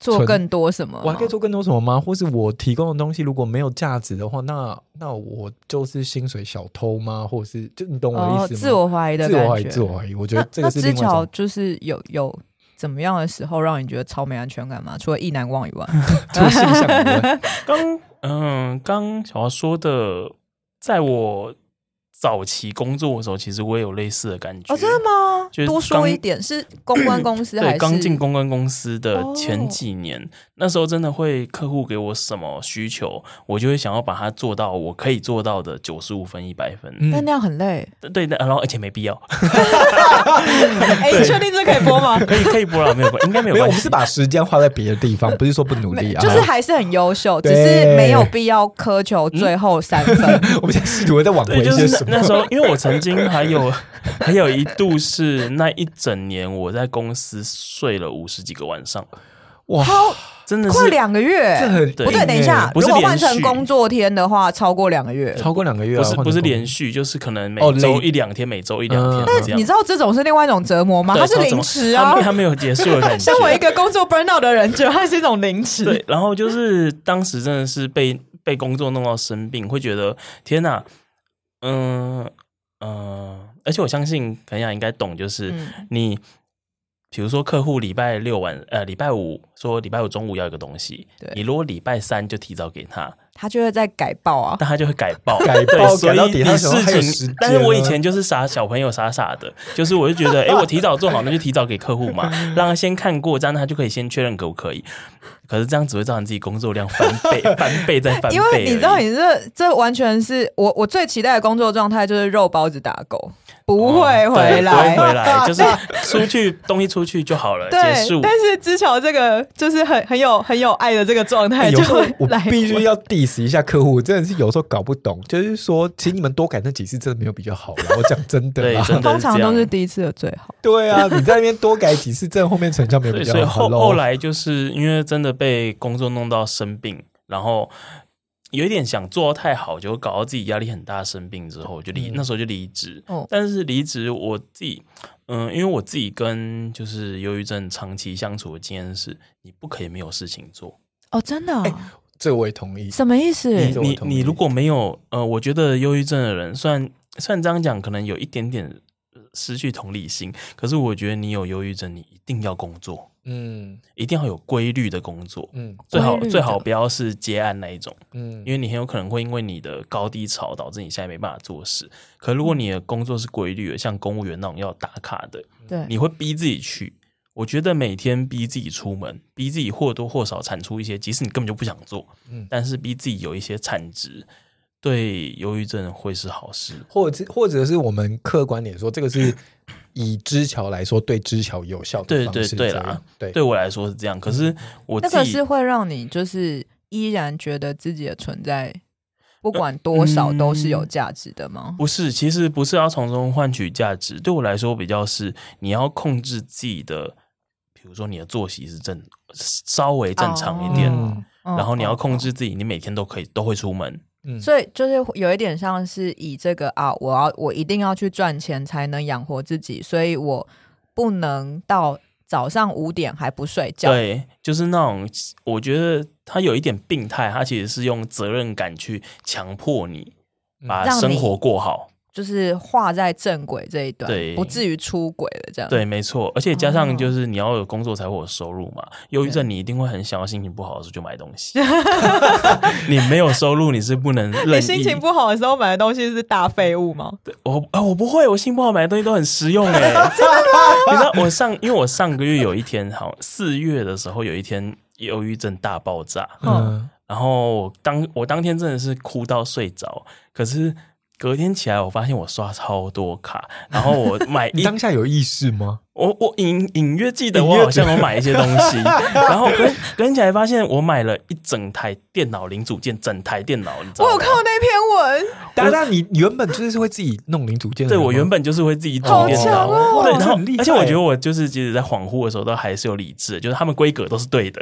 B: 做
D: 存
B: 更多什么吗？
D: 我还可以做更多什么吗？或是我提供的东西如果没有价值的话，那那我就是薪水小偷吗？或是就你懂我的
B: 哦
D: 意，思吗？
B: 自我怀疑的
D: 自我怀
B: 感
D: 疑，
B: 觉。
D: 自我怀疑。我觉
B: 那
D: 得这个是
B: 那
D: 另
B: 之
D: 外一
B: 乔
D: 种。
B: 就是有有怎么样的时候让你觉得超没安全感吗？除了意难忘以 外，
D: 除了性向 以外
C: 刚嗯，刚小华说的，在我早期工作的时候，其实我也有类似的感觉。
B: 哦，真的吗
C: 就？是
B: 多说
C: 刚
B: 一点，是公关公司还
C: 对，
B: 是
C: 刚进公关公司的前几年，那时候真的会客户给我什么需求，我就会想要把它做到我可以做到的九十五分、一百分。
B: 但
D: 嗯，
B: 那样很累。
C: 对，那然后而且没必要，
B: 哎，你确定这可以播吗？
C: 可以可以不啦，没有关，应该没有
D: 没有，
C: 关
D: 我
C: 系
D: 们。是把时间花在别的地方，不是说不努力啊。
B: 就是还是很优秀，只
D: 对嗯
B: 是没有必要苛求最后三分。
D: 我们现在试图在挽回
C: 对，
D: 一
C: 就
D: 些
C: 是
D: 什么
C: 那那时候，因为我曾经还有 还有一度是那一整年我在公司睡了五十几个晚上，
D: 哇，
C: 真的
B: 快
C: 是
B: 两个月，
D: 这很
C: 对
B: 不对，等一下，
C: 不是
B: 如果换
C: 连续
B: 成工作天的话，超过两个月。
D: 超过两个月啊，
C: 不是不是连
D: 续
C: 续，就是可能每
D: 哦
C: 周
D: 累
C: 一两天，每周一两天
D: 嗯
C: 这
B: 你知
C: 样。
B: 道这种是另外一种折磨吗？
C: 对
B: 它是
C: 超折
B: 凌
C: 磨
B: 迟
C: 他
B: 啊
C: 们！他没有结束的感 觉
B: 身。为一个工作 burn out 的人，觉得它是一种凌迟。
C: 对，然后就是当时真的是被被工作弄到生病，会觉得天哪，嗯嗯、呃而且我相信肯雅应该懂，就是
B: 嗯
C: 你。比如说，客户礼拜六晚呃礼拜五说礼拜五中午要一个东西
B: 对，
C: 你如果礼拜三就提早给他，
B: 他就会在改报 啊。
C: 但他就会改报，
D: 改报
C: 对所
D: 改到
C: 以
D: 底
C: 你
D: 他什么还有
C: 事
D: 时
C: 情
D: 间，
C: 但是我
D: 啊
C: 以前就是傻小朋友傻傻的，就是我就觉得，哎，我提早做好，那就提早给客户 嘛，让他先看过，这样他就可以先确认可不可以。可是这样只会造成自己工作量翻倍、翻倍再翻倍
B: 因
C: 而已。
B: 为你知道，你这这完全是我我最期待的工作状态就是肉包子打狗，不会
C: 嗯
B: 回
C: 对
B: 来，
C: 不会 回来，就是出去东西出去就好了，结
B: 对
C: 束，。
B: 但是之乔这个就是很很有很有爱的这个状态
D: 哎
B: 就
D: 有时候
B: 会
D: 我
B: 来回。
D: 必须要 diss 一下客户，真的是有时候搞不懂，就是说，其实你们多改那几次真的没有比较好啦。我讲真
C: 对
D: 的，啊，
C: 真的
B: 通常
C: 这样
B: 都是第一次的最好。
D: 对啊，你在那边多改几次，真的后面成效没有
C: 对，
D: 比
C: 所以
D: 较好
C: 后
D: 咯。
C: 后来就是因为真的被工作弄到生病，然后有一点想做得太好，就搞到自己压力很大，生病之后就离、那时候就离职。
B: 哦
C: 但是离职我自己，嗯、因为我自己跟就是忧郁症长期相处的经验是，你不可以没有事情做。
B: 哦，真的、
D: 这我也同意。
B: 什么意思？
C: 哎你
D: 这我
C: 你
D: 同意
C: 你如果没有呃，我觉得忧郁症的人，虽然虽然这样讲可能有一点点呃失去同理心，可是我觉得你有忧郁症，你一定要工作，
D: 嗯
C: 一定要有规律的工作。
D: 嗯
C: 最好
B: 规律的
C: 最好不要是接案那一种，
D: 嗯
C: 因为你很有可能会因为你的高低潮导致你现在没办法做事。可如果你的工作是规律的，像公务员那种要打卡的，
B: 对，
C: 你会逼自己去。我觉得每天逼自己出门，逼自己或多或少产出一些，即使你根本就不想做，
D: 嗯
C: 但是逼自己有一些产值，对忧郁症会是好事。
D: 或者是或者是我们客观点说，这个是以知桥来说对知桥有效的
C: 对
D: 方
C: 对
D: 式
C: 对
D: 这样
C: 啦，
D: 对
C: 对我来说是这样，可是我
B: 嗯那
C: 自
B: 个
C: 己
B: 是会让你就是依然觉得自己的存在，不管多少
C: 嗯
B: 都是有价值的吗？
C: 不是，其实不是要从中换取价值。对我来说，比较是你要控制自己的，比如说你的作息是正稍微正常一点，
B: 哦
D: 嗯
B: 嗯
C: 然后你要
B: 嗯
C: 控。制自己，你每天都可以都会出门。
D: 嗯
B: 嗯所以就是有一点像是以这个啊，我要我一定要去赚钱才能养活自己，所以我不能到早上五点还不睡觉。
C: 对，就是那种我觉得他有一点病态，他其实是用责任感去强迫你把
B: 让你
C: 生活过好。
B: 就是画在正轨这一段，
C: 对
B: 不至于出轨了这样。
C: 对，没错，而且加上
B: 哦
C: 就是你要有工作才会有收入嘛。忧郁症你一定会很想要心情不好的时候就买东 西， 你没有收入你是不能任意。
B: 你心情不好的时候买的东西是大废物吗？
C: 我啊，我不会，我心不好买的东西都很实 用哎、你知道我上，因为我上个月有一天，好像四月的时候有一天忧郁症大爆炸，
B: 嗯，
C: 然然后我当我当天真的是哭到睡着，可是隔天起来，我发现我刷超多卡，然后我买
D: 你
C: 一
D: 当下有意识吗？
C: 我我隐隐约记得
D: 隐约
C: 我好像
D: 觉得
C: 有买一些东西，然后跟跟起来发现我买了一整台电脑零组件，整台电脑，你知道
B: 我
C: 吗？
B: 有看过那篇文，
D: 但但你原本就是会自己弄零组件的
C: 对
D: 人吗，
C: 我原本就是会自己组
B: 好
C: 电
B: 强
C: 脑，
B: 哦
C: 对，
D: 啊哇
C: 然后
D: 这很厉害欸
C: 而且我觉得我就是即使在恍惚的时候，都还是有理智的，就是他们规格都是对的，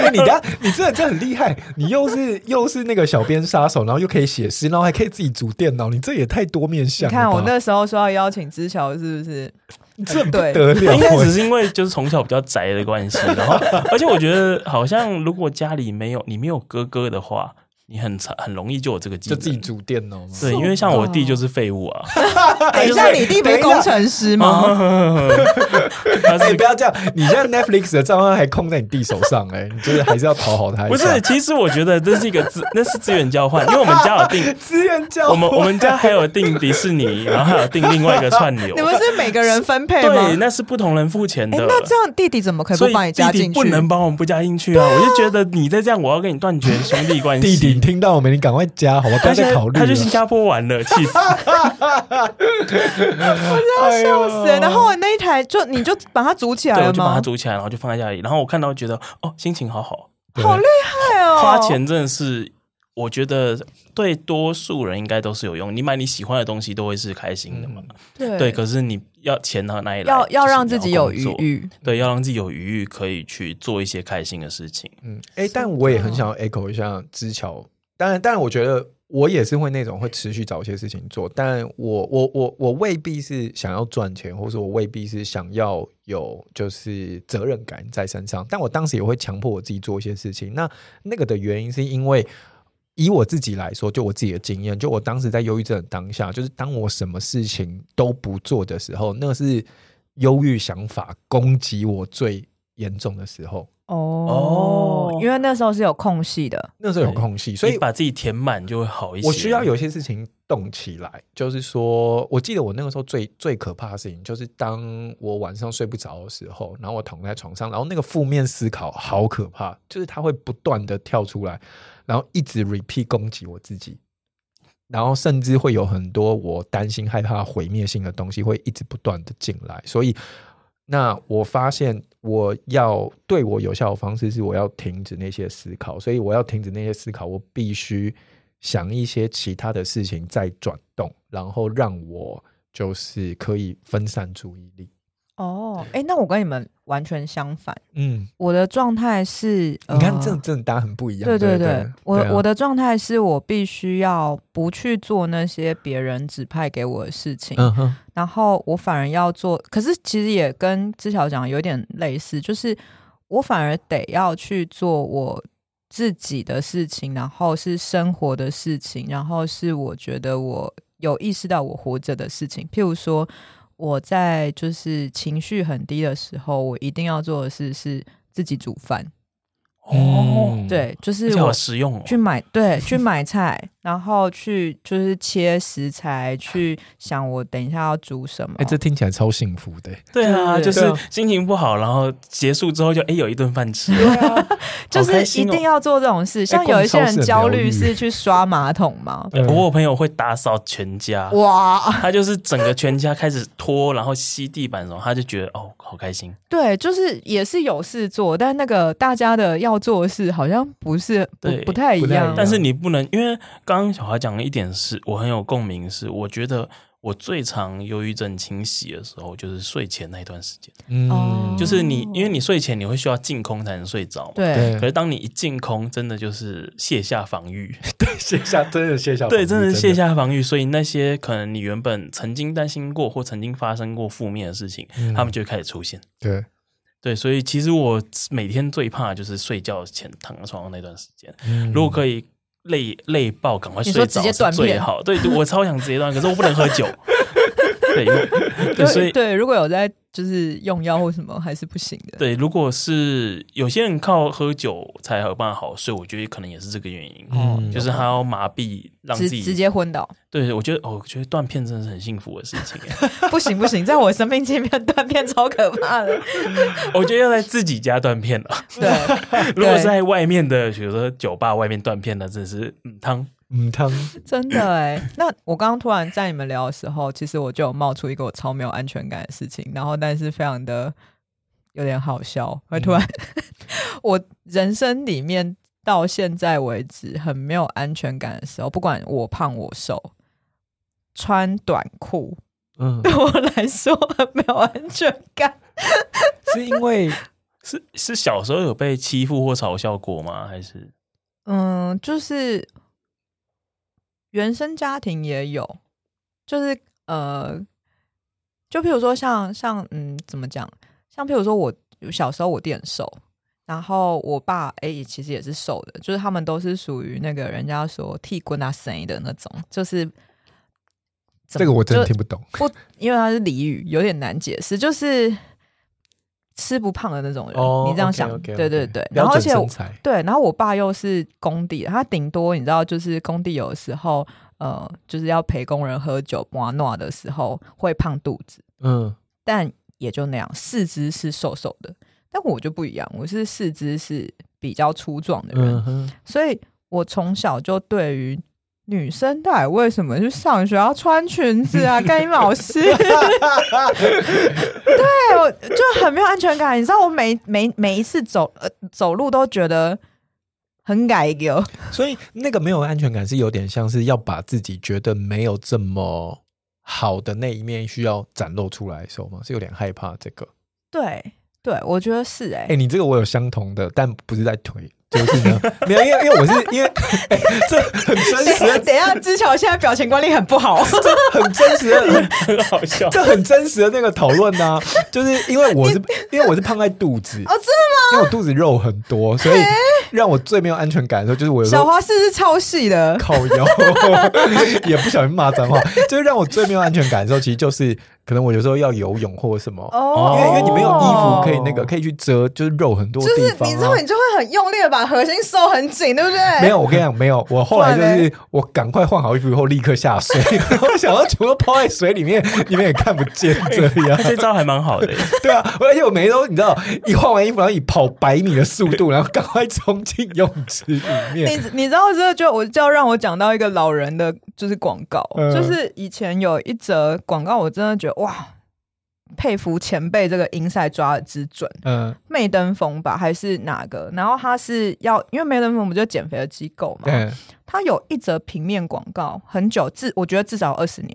D: 哎，你的你真的真的很厉害，你又是又是那个小编杀手，然后又可以写诗，然后还可以自己组电脑，你这也太多面
B: 你
D: 向了吧。
B: 看我那时候说要邀请知乔，是不是？
D: 这不
B: 对
D: 得 了，
C: 应该只是因为就是从小比较宅的关系，然后而且我觉得好像如果家里没有你没有哥哥的话，你很常很容易就有这个技
D: 就
C: 能，
D: 自己组 电脑吗？
C: 对，因为像我弟就是废物啊，
B: 等一下，哎你弟不是工程师
C: 嗯
B: 吗？
C: 他
D: 哎、
C: 是
D: 不要这样！你现在 Netflix 的账号还控在你弟手上、 哎，你就是还是要讨好他一
C: 不
D: 下。
C: 是，其实我觉得这是一个资，那是资源交换，因为我们家有 订，
D: 资源交
C: 我们我们家还有订迪士尼，然后还有订另外一个串流
B: 你，们是每个人分配吗
C: 对，？那是不同人付钱
B: 哎，
C: 的。
B: 那这样弟弟怎么可以
C: 所
B: 不
C: 以
B: 把你加
C: 弟弟
B: 进去？
C: 不能帮我们不加进去啊！我就觉得你再这样，我要跟你断绝兄弟关
D: 弟
C: 系。
D: 弟，你听到我们，你赶快加，好吧？不
C: 他
D: 要
C: 现
D: 再
C: 在
D: 考虑
C: 他
D: 了
C: 去。新加坡玩了， 气死！
D: 哎呦
B: 死然后我那一台就你就把它组
D: 啊
B: 起来
C: 对，我
B: 了
C: 就把它
B: 吗？
C: 组起来，然后就放在家里。然后我看到觉得哦，心情好好。
D: 啊
B: 好厉害哦！
C: 花钱真的是，我觉得对多数人应该都是有用。你买你喜欢的东西都会是开心的嘛。
B: 嗯对
C: 对，可是你要钱哪哪里来？
B: 要
C: 就是
B: 要
C: 你
B: 让自己有
C: 工
B: 余
C: 作，
B: 裕。
C: 对，要让自己有余裕，可以去做一些开心的事情。
D: 嗯，哎、但我也很想要 echo 一下知乔。当然，当然，我觉得我也是会那种会持续找一些事情做，但我我我我未必是想要赚钱，或者说我未必是想要有就是责任感在身上。但我当时也会强迫我自己做一些事情。那那个的原因是因为。以我自己来说，就我自己的经验，就我当时在忧郁症的当下，就是当我什么事情都不做的时候，那是忧郁想法攻击我最严重的时候。
B: 哦
C: 哦
B: 因为那时候是有空隙的，
D: 那时候有
C: 对
D: 空隙，所以
C: 你把自己填满就会好一些。
D: 我需要有些事情动起来，就是说，我记得我那个时候最最可怕的事情，就是当我晚上睡不着的时候，然后我躺在床上，然后那个负面思考好可怕，就是它会不断的跳出来，然后一直 repeat 攻击我自己，然后甚至会有很多我担心害怕毁灭性的东西会一直不断的进来，所以那我发现我要对我有效的方式是我要停止那些思考，所以我要停止那些思考，我必须想一些其他的事情再转动，然后让我就是可以分散注意力。
B: 哦，哎，那我跟你们完全相反，
D: 嗯，
B: 我的状态是，呃
D: 你看这真的大家很不一样，
B: 对
D: 对
B: 对
D: 不
B: 对，我
D: 对啊
B: 我的状态是我必须要不去做那些别人指派给我的事情，
D: 嗯哼，
B: 然后我反而要做，可是其实也跟之乔讲有点类似，就是我反而得要去做我自己的事情，然后是生活的事情，然后是我觉得我有意识到我活着的事情，譬如说我在就是情绪很低的时候，我一定要做的事是自己煮饭，
C: 哦，
D: 嗯，
B: 对，就是
C: 而且
B: 我
C: 好实用哦。
B: 去买对，去买菜，然后去就是切食材，去想我等一下要煮什么。
D: 哎，这听起来超幸福的。
C: 对啊，
B: 对
C: 就是
D: 对啊
C: 心情不好，然后结束之后就哎有一顿饭吃，
B: 啊 就
C: 好开
B: 是一
C: 心哦
B: 定要做这种事。像有一些人焦虑是去刷马桶 嘛，
C: 哎我有朋友会打扫全家，
B: 哇，
C: 他就是整个全家开始拖，然后吸地板什么，他就觉得哦好开心。
B: 对，就是也是有事做，但那个大家的要做的事好像不是不
C: 对
B: 不太一
D: 不太一
B: 样
D: 样。
C: 但是你不能，因为刚刚小华讲的一点是我很有共鸣，是我觉得我最常忧郁症清洗的时候就是睡前那一段时间，
D: 嗯
B: 哦，
C: 就是你因为你睡前你会需要净空才能睡着嘛。
B: 对，
C: 可是当你一净空，真的就是卸下防御，
D: 卸下，真的卸下，
C: 对，真的卸。下防御，所以那些可能你原本曾经担心过或曾经发生过负面的事情，
D: 嗯
C: 他们就会开始出现。
D: 对，
C: 对，所以其实我每天最怕的就是睡觉前躺在床上那段时间，
D: 嗯
C: 如果可以累累爆，赶快
B: 你
C: 睡
B: 说
C: 着
B: 直接
C: 是
B: 断
C: 最
B: 片
C: 好。对，我超想直接断，可是我不能喝酒。对，对，所以
B: 对，如果有在就是用药或什么还是不行的。
C: 对，如果是有些人靠喝酒才有办法好睡，我觉得可能也是这个原因，
D: 嗯
C: 就是他要麻痹让自
B: 直
C: 己
B: 直。接昏倒，
C: 对，我觉得哦，我觉得断片真的是很幸福的事情。哎
B: 不行不行，在我生命经验断片超可怕的。
C: 我觉得要在自己家断片 了，
B: 对，
C: 如果是在外面的，比如说酒吧外面断片那真的是嗯 汤。
D: 嗯，汤
B: 真的哎、那我刚刚突然在你们聊的时候，其实我就有冒出一个我超没有安全感的事情，然后但是非常的有点好笑，会突然、我人生里面到现在为止很没有安全感的时候，不管我胖我瘦，穿短裤
D: 嗯，
B: 对我来说很没有安全感。
F: 是因为
C: 是是小时候有被欺负或嘲笑过吗？还 是
B: 嗯，就是原生家庭也有，就是呃，就譬如说像像嗯，怎么讲？像譬如说我小时候我弟很瘦，然后我爸哎、诶其实也是瘦的，就是他们都是属于那个人家说剃棍啊谁的那种，就是怎
D: 这个
B: 么
D: 我真
B: 就
D: 的听不懂。
B: 不，因为它是俚语，有点难解释，就是吃不胖的那种人。
D: 哦
B: 你这样想
D: OK，OK，OK
B: 对对对。然
D: 标
B: 后而
D: 准
B: 且我
D: 身材，
B: 对，然后我爸又是工地的，他顶多你知道，就是工地有的时候，呃，就是要陪工人喝酒、玩闹的时候会胖肚子，
D: 嗯，
B: 但也就那样，四肢是瘦瘦的。但我就不一样，我是四肢是比较粗壮的人，
D: 嗯哼，
B: 所以我从小就对于女生到底为什么去上学要穿裙子 啊，干你老师，对我就很没有安全感。你知道，我每每每一次走呃走路都觉得很改革，
D: 所以那个没有安全感是有点像是要把自己觉得没有这么好的那一面需要展露出来的时候嘛，是有点害怕这个。
B: 对对，我觉得是哎、
D: 哎、你这个我有相同的，但不是在推，就是呢，没有，因为因为我是因为、哎这很真
B: 等一下
D: 实的，
B: 等一下，知乔现在表情管理很不 好，
D: 这很真实的，很
C: 很好 笑？
D: 这很真实的那个讨论呐，就是因为我是因为我是胖在肚子，
B: 哦，真的
D: 因为我肚子肉很多，所以让我最没有安全感的时候，就是我
B: 吗？
D: 有时
B: 小
D: 候
B: 花是不是超细 的？
D: 靠腰， 也不小心骂脏话，就是让我最没有安全感的时候，其实就是可能我有时候要游泳或什么。
B: 哦
D: 因为因为你没有衣服可以
B: 哦
D: 那个可以去遮，就是肉很多
B: 就是
D: 地方、啊。
B: 你之后你就会很用力的把核心收很紧，对不对？
D: 没有，我跟你讲，没有。我后 来就是我赶快换好衣服以后，立刻下水， 然后想要全部泡在水里面，你们也看不见这 样。
C: 这招还蛮好的耶，欸
D: 对啊，而且我每天都你知道，一换完衣服，然后以跑百米的速度，然后赶快冲进泳池里面。
B: 你你知道这个就我就要让我讲到一个老人的，就是广告，
D: 嗯
B: 就是以前有一则广告，我真的觉得哇，佩服前辈这个银赛抓的之准，
D: 嗯，
B: 媚登峰吧还是哪个？然后他是要因为媚登峰不就减肥的机构嘛，
D: 对，
B: 它有一则平面广告，很久，至我觉得至少二十年。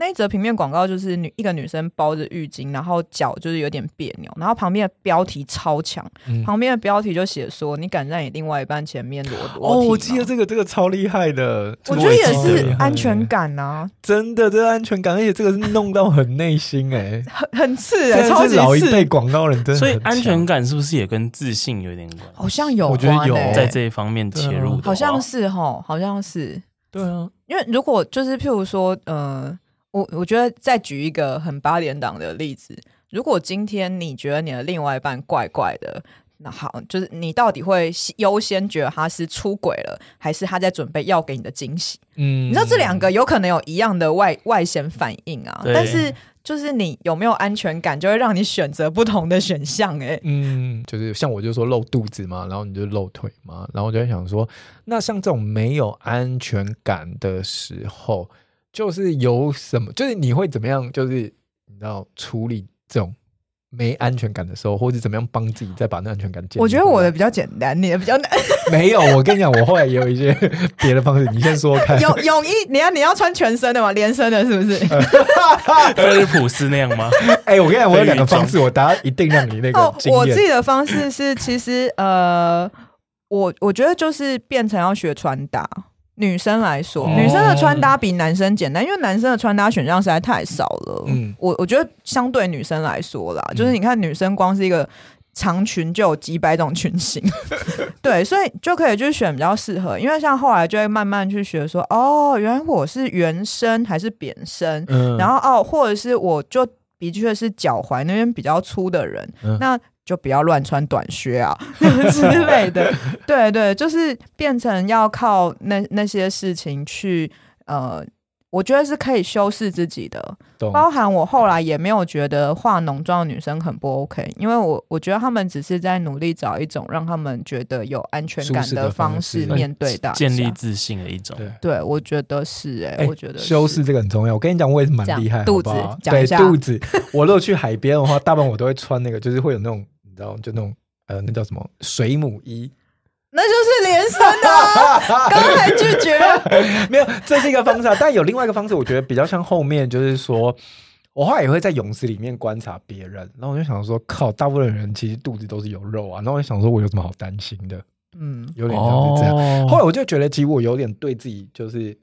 B: 那一则平面广告就是女一个女生包着浴巾，然后脚就是有点别扭，然后旁边的标题超强，
D: 嗯
B: 旁边的标题就写说：“你敢在你另外一半前面裸裸
D: 哦，
B: 体吗
D: 我记得这个这个超厉害的，
B: 我
D: 这个
B: 觉得也
D: 记得
B: 是安全，感啊呐、
D: 真的，这个安全感，而且这个是弄到很内 心哎、
B: 很很刺、
D: 真
B: 欸，
D: 的
B: 超
D: 是
B: 级
D: 老一辈
B: 刺，
D: 广告人真的
C: 所以
D: 很强
C: 安全感是不是也跟自信有点关？
B: 啊好像有
D: 我觉得
B: 关
D: 有哦
B: 欸
C: 在这一方面切入的话，
B: 好像是吼，好像是。
D: 对啊，
B: 因为如果就是譬如说，呃，我我觉得再举一个很八点档的例子，如果今天你觉得你的另外一半怪怪的，那好，就是你到底会优先觉得他是出轨了，还是他在准备要给你的惊喜？
D: 嗯
B: 你知道这两个有可能有一样的外外显反应啊，
C: 对
B: 但是就是你有没有安全感，就会让你选择不同的选项、欸。哎，
D: 嗯，就是像我就说露肚子嘛，然后你就露腿嘛，然后我就在想说，那像这种没有安全感的时候，就是有什么，就是你会怎么样，就是你知道处理这种没安全感的时候，或者怎么样帮自己再把那安全感建立回来？
B: 我觉得我的比较简单，你的比较难。
D: 没有，我跟你讲，我后来也有一些别的方式，你先说说 看。
B: 泳泳衣，你要你要穿全身的吗？连身的，是不是？
C: 菲利普斯那样吗？
D: 哎、我跟你讲，我有两个
C: 飞鱼
D: 方式，我答一定让你那个
B: 哦，
D: 经
B: 我
D: 验。
B: 自己的方式是，其实呃，我我觉得就是变成要学穿搭。女生来说，
D: 哦
B: 女生的穿搭比男生简单，因为男生的穿搭选项实在太少了。
D: 嗯
B: 我我觉得相对女生来说啦，就是你看女生光是一个长裙就有几百种裙型， 对，所以就可以去选比较适合。因为像后来就会慢慢去学说，哦，原来我是圆身还是扁身，
D: 嗯
B: 然后哦，或者是我就的确是脚踝那边比较粗的人，
F: 嗯
B: 那就不要乱穿短靴啊之类的。对对，就是变成要靠那那些事情去呃。我觉得是可以修饰自己的，
F: 懂
B: 包含我后来也没有觉得化浓妆的女生很不 OK，因为我我觉得她们只是在努力找一种让她们觉得有安全
F: 舒
B: 感
F: 适的方
B: 方式
F: 式
B: 面 对大家。
C: 建立自信的一种。
F: 对
B: 对，我觉得是哎、
D: 哎
B: 我觉得
D: 修饰这个很重要。我跟你讲，我也是蛮
B: 这样
D: 厉害，
B: 肚
D: 好不好
B: 子讲一
D: 对
B: 下
D: 肚子。 我如果去海边的话，大半我都会穿那个，就是会有那种你知道，就那种呃，那叫什么水母衣。
B: 那就是连身的、啊，刚才拒绝
D: 没有，这是一个方式啊。但有另外一个方式，我觉得比较像后面，就是说，我后来也会在泳池里面观察别人，然后我就想说，靠，大部分人其实肚子都是有肉啊。然后我就想说，我有什么好担心的？
B: 嗯，
D: 有点像是这样。
C: 哦
D: 后来我就觉得，其实我有点对自己就是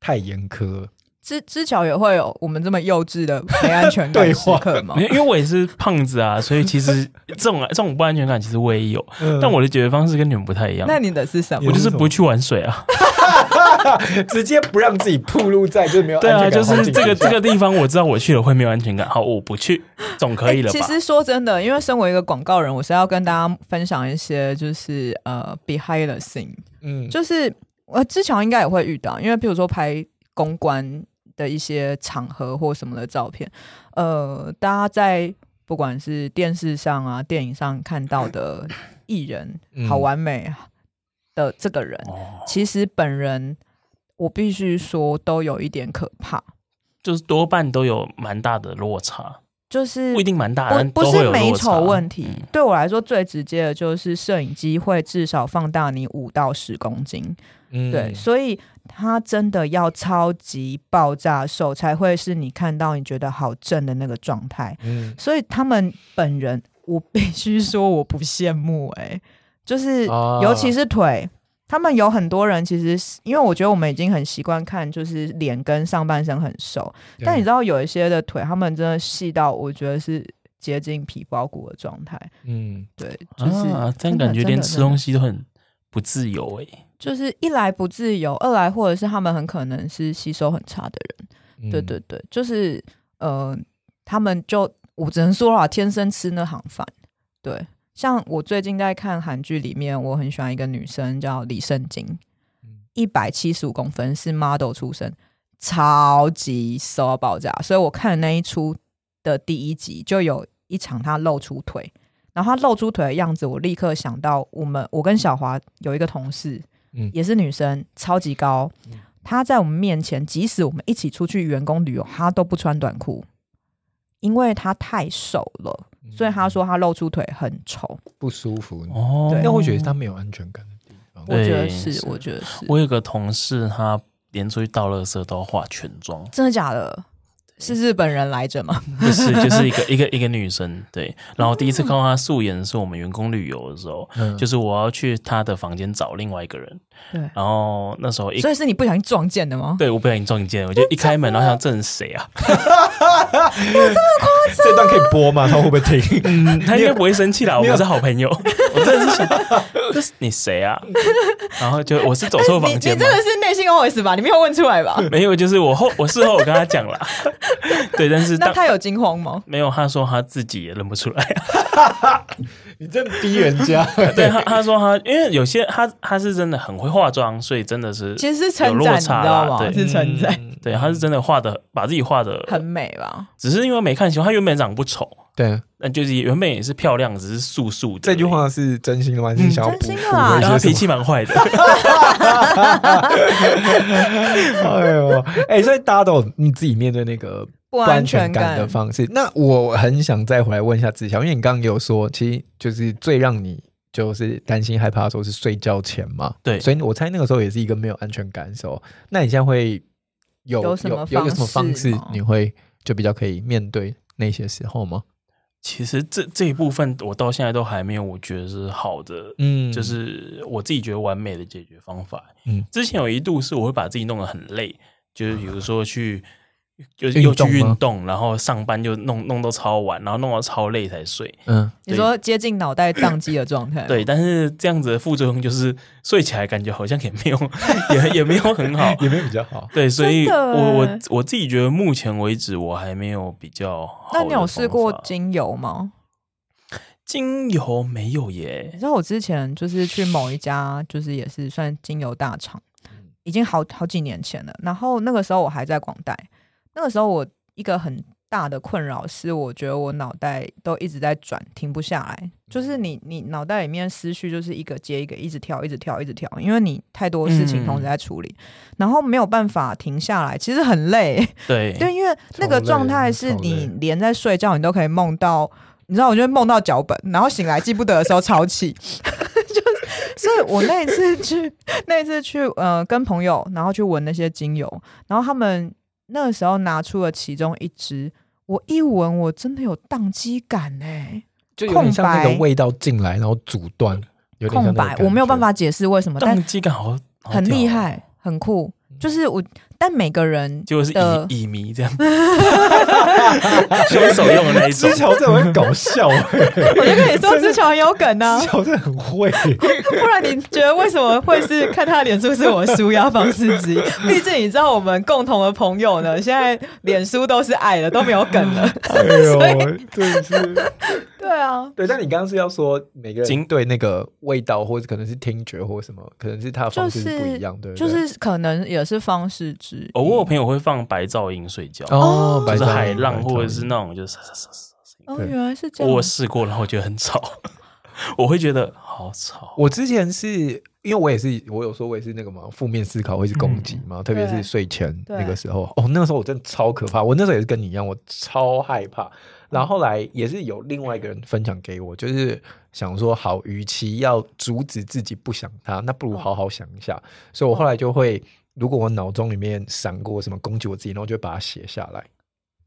D: 太严苛 了。
B: 之之巧也会有我们这么幼稚的没安全感
D: 对
B: 时
D: 话
B: 刻吗
C: 因？为因为我也是胖子啊，所以其实这种这种不安全感其实我也有，但我的解决方式跟你们不太一样。
B: 那你的是什
C: 我
B: 么？
C: 就是不去玩水 啊，
D: 嗯直接不让自己暴露在就是没有
C: 对啊，
D: 安全
C: 就
D: 感的
C: 是
D: 环境
C: 这个
D: 下
C: 这个地方我知道我去了会没有安全感，好，我不去，总可以了吧？
B: 欸其实说真的，因为身为一个广告人，我是要跟大家分享一些就是呃 behind the scene，
D: 嗯，
B: 就是我之前应该也会遇到，因为譬如说拍公关的一些场合或什么的照片，呃，大家在不管是电视上啊、电影上看到 的艺人
D: 嗯
B: 好完美啊的这个人，
C: 哦，
B: 其实本人我必须说都有一点可怕，
C: 就是多半都有蛮大的落差，
B: 就是
C: 不一定蛮大，但
B: 不不
C: 都会
B: 是
C: 有
B: 美
C: 落差
B: 丑问题，
C: 嗯
B: 对我来说最直接的就是摄影机会至少放大你五到十公斤，
D: 嗯
B: 对，所以它真的要超级爆炸瘦才会是你看到你觉得好正的那个状态，
D: 嗯
B: 所以他们本人我必须说我不羡慕、欸，就是
D: 啊
B: 尤其是腿。他们有很多人，其实是因为我觉得我们已经很习惯看，就是脸跟上半身很瘦，但你知道有一些的腿，他们真的细到我觉得是接近皮包骨的状态。
D: 嗯
B: 对，就是、
C: 啊，这样
B: 真的
C: 感觉
B: 真
C: 连
B: 的
C: 吃
B: 真的
C: 东西都很不自由哎、
B: 就是一来不自由，二来或者是他们很可能是吸收很差的人。
D: 嗯
B: 对对对，就是呃，他们就我只能说啦，天生吃那行饭。对，像我最近在看韩剧里面，我很喜欢一个女生叫李圣经
D: 嗯，
B: 一百七十五公分，是 model 出身，超级瘦到爆炸。所以我看的那一出的第一集就有一场她露出腿。然后她露出腿的样子，我立刻想到我们，我跟小华有一个同事，
D: 嗯
B: 也是女生，超级高。
C: 嗯
B: 她在我们面前，即使我们一起出去员工旅游，她都不穿短裤，因为她太瘦了，
C: 嗯
B: 所以她说她露出腿很丑。
D: 嗯不舒服，
C: 哦，
B: 对
D: 那我觉得是他没有安全感的地方。
B: 我觉得
C: 对
B: 是，
C: 是
B: 我觉得是，
C: 我有个同事，他连出去倒垃圾都要化全妆，
B: 真的假的？是日本人来着吗？
C: 不是，就是一个一个一个女生，对。然后第一次看到她素颜是我们员工旅游的时候，
D: 嗯
C: 就是我要去她的房间找另外一个人，
B: 对，
C: 然后那时候一
B: 所以是你不小心撞见的吗？
C: 对我不小心撞见，我就一开门，然后想这人谁啊？
D: 这段可以播吗？他会不会听？
C: 嗯，他应该不会生气啦，我
D: 你有
C: 们是好朋友。我真的是想， 这是你谁啊？然后就我是走错
B: 你
C: 房
B: 哎你
C: 间
B: 真
C: 吗？
B: 的是内心 OS 吧？你没有问出来吧？
C: 没有，就是我后我事后我跟他讲啦，对，但是
B: 那
C: 当
B: 他有惊慌吗？
C: 没有，他说他自己也认不出来。 啊
D: 你真的逼人家。
C: 对他，他说他因为有些他他是真的很会化妆，所以真的是
B: 其实是称
C: 有
B: 赞，
C: 落
B: 你知
C: 差
B: 道
C: 啦
B: 吗？
C: 对
B: 是称赞，
D: 嗯
C: 对，他是真的画的，把自己画的
B: 很美吧？
C: 只是因为没看清楚，他原本长得不丑，
D: 对，
C: 那就是原本也是漂亮，只是素素的。
D: 这句，话是嗯真心的啊吗？还是想要补补
B: 真
D: 回
B: 心的啦
D: 一
C: 然后他
D: 些什
C: 脾
D: 么？
C: 气蛮坏的。
D: 哎呦，哎，所以大家都有你自己面对那个
B: 不
D: 不安
B: 安
D: 全
B: 全
D: 感
B: 感
D: 的方式。那我很想再回来问一下志祥，因为你刚刚有说，其实就是最让你就是担心害怕的时候是睡觉前嘛。
C: 对
D: 所以我猜那个时候也是一个没有安全感的时候。那你现在会有
B: 有什么
D: 有有有什么方
B: 方式
D: 式
B: 吗，
D: 你会就比较可以面对那些时候吗？
C: 其实这这一部分我到现在都还没有，我觉得是好的，
D: 嗯
C: 就是我自己觉得完美的解决方法。
D: 嗯
B: 嗯
C: 之前有一度是我会把自己弄得很累，就是比如说去又
F: 运动吗
C: 又去运动，然后上班就弄弄到超晚，然后弄到超累才睡。
F: 嗯，
B: 你说接近脑袋宕机的状态，，
C: 对，但是这样子的副作用就是睡起来感觉好像也没有， 也也没有很 好。
D: 也没有比较好。
C: 对，所以
B: 真的
C: 我我
B: 欸
C: 我自己觉得目前为止我还没有比较好的
B: 那你有试过
C: 方法
B: 精油吗？
C: 精油没有
B: 你
C: 耶？
B: 知道我之前就是去某一家，就是也是算精油大厂，已经好好几年前了。然后那个时候我还在广代，那个时候我一个很大的困扰是，我觉得我脑袋都一直在转，停不下来。就是你你脑袋里面思绪就是一个接一个，一直跳，一直跳，一直跳，因为你太多事情同时在处理，然后没有办法停下来，其实很累。
C: 对，
B: 对，因为那
D: 超
B: 个
D: 累
B: 状态是
D: 超累
B: 你连在睡觉，你都可以梦到，你知道，我就会梦到脚本，然后醒来记不得的时候超气。 就是，所以我那一次去，那一次去，呃，跟朋友，然后去闻那些精油，然后他们那个时候拿出了其中一支，我一闻，我真的有宕机感哎、
F: 就
B: 有点像那个空白
F: 味道进来，然后阻断，有
B: 空白，我没有办。 法解释为什么，哦但
C: 宕机感好好
B: 很
C: 屌
B: 厉
C: 哦，
B: 害，很酷。就是我，但每个人
C: 就是
B: 的
C: 乙乙醚 这样，凶手用的那一 种
D: 之。乔这很会 搞笑、欸，
B: 我就跟你说，之前很有梗啊 呢、
D: 之乔这很会、
B: 不然你觉得为什么会是看他的脸书是我的舒压方式之一？毕竟你知道我们共同的朋友呢，现在脸书都是矮了，都没有梗了。
D: 哎呦，真的是。
B: 对啊，
D: 对，但你刚刚是要说每个
C: 精
D: 人对那个味道，或者可能是听觉，或者什么，可能是它的方式是不一样，对不
B: 就
D: 对？
B: 是可能也是方式之一。
C: 哦我有朋友会放白噪音睡觉，
F: 哦，
C: 就
F: 白
C: 是
F: 噪音
C: 海浪
F: 白噪
C: 或者
F: 音
C: 是那种就是沙沙沙沙
B: 哦，
D: 对
B: 原来是这样。
C: 我试过，然后我觉得很吵， 我会觉得好吵。
D: 我之前是因为我也是，我有说我也是那个嘛，负面思考会是攻击嘛，特别是睡前
B: 嗯对
D: 那个时候，哦，那个时候我真的超可怕，我那时候也是跟你一样，我超害怕。然后后来也是有另外一个人分享给我，就是想说，好，与其要阻止自己不想它，那不如好好想一下。所以我后来就会，如果我脑中里面闪过什么攻击我自己，然后就会把它写下来，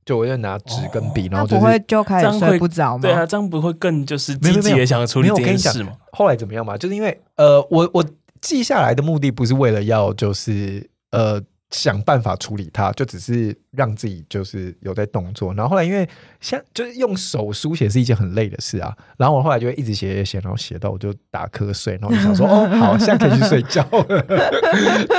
D: 就我就拿纸跟笔，然
B: 那
D: 后就
B: 哦不
D: 是
B: 会就开
C: 这
B: 始
C: 样会
B: 睡不着吗？
C: 对啊，这样不会更就是
D: 没有
C: 积极
D: 没
C: 的
D: 有
C: 想处
D: 没
C: 理
D: 有
C: 这
D: 我
C: 件
D: 跟你讲
C: 事嘛？
D: 后来怎么样嘛？就是因为呃，我我记下来的目的不是为了要就是呃想办法处理它，就只是让自己就是有在动作。然后后来因为像就是用手书写是一件很累的事啊，然后我后来就会一直写写写，然后写到我就打瞌睡，然后我就 想说哦好，现在可以去睡觉了，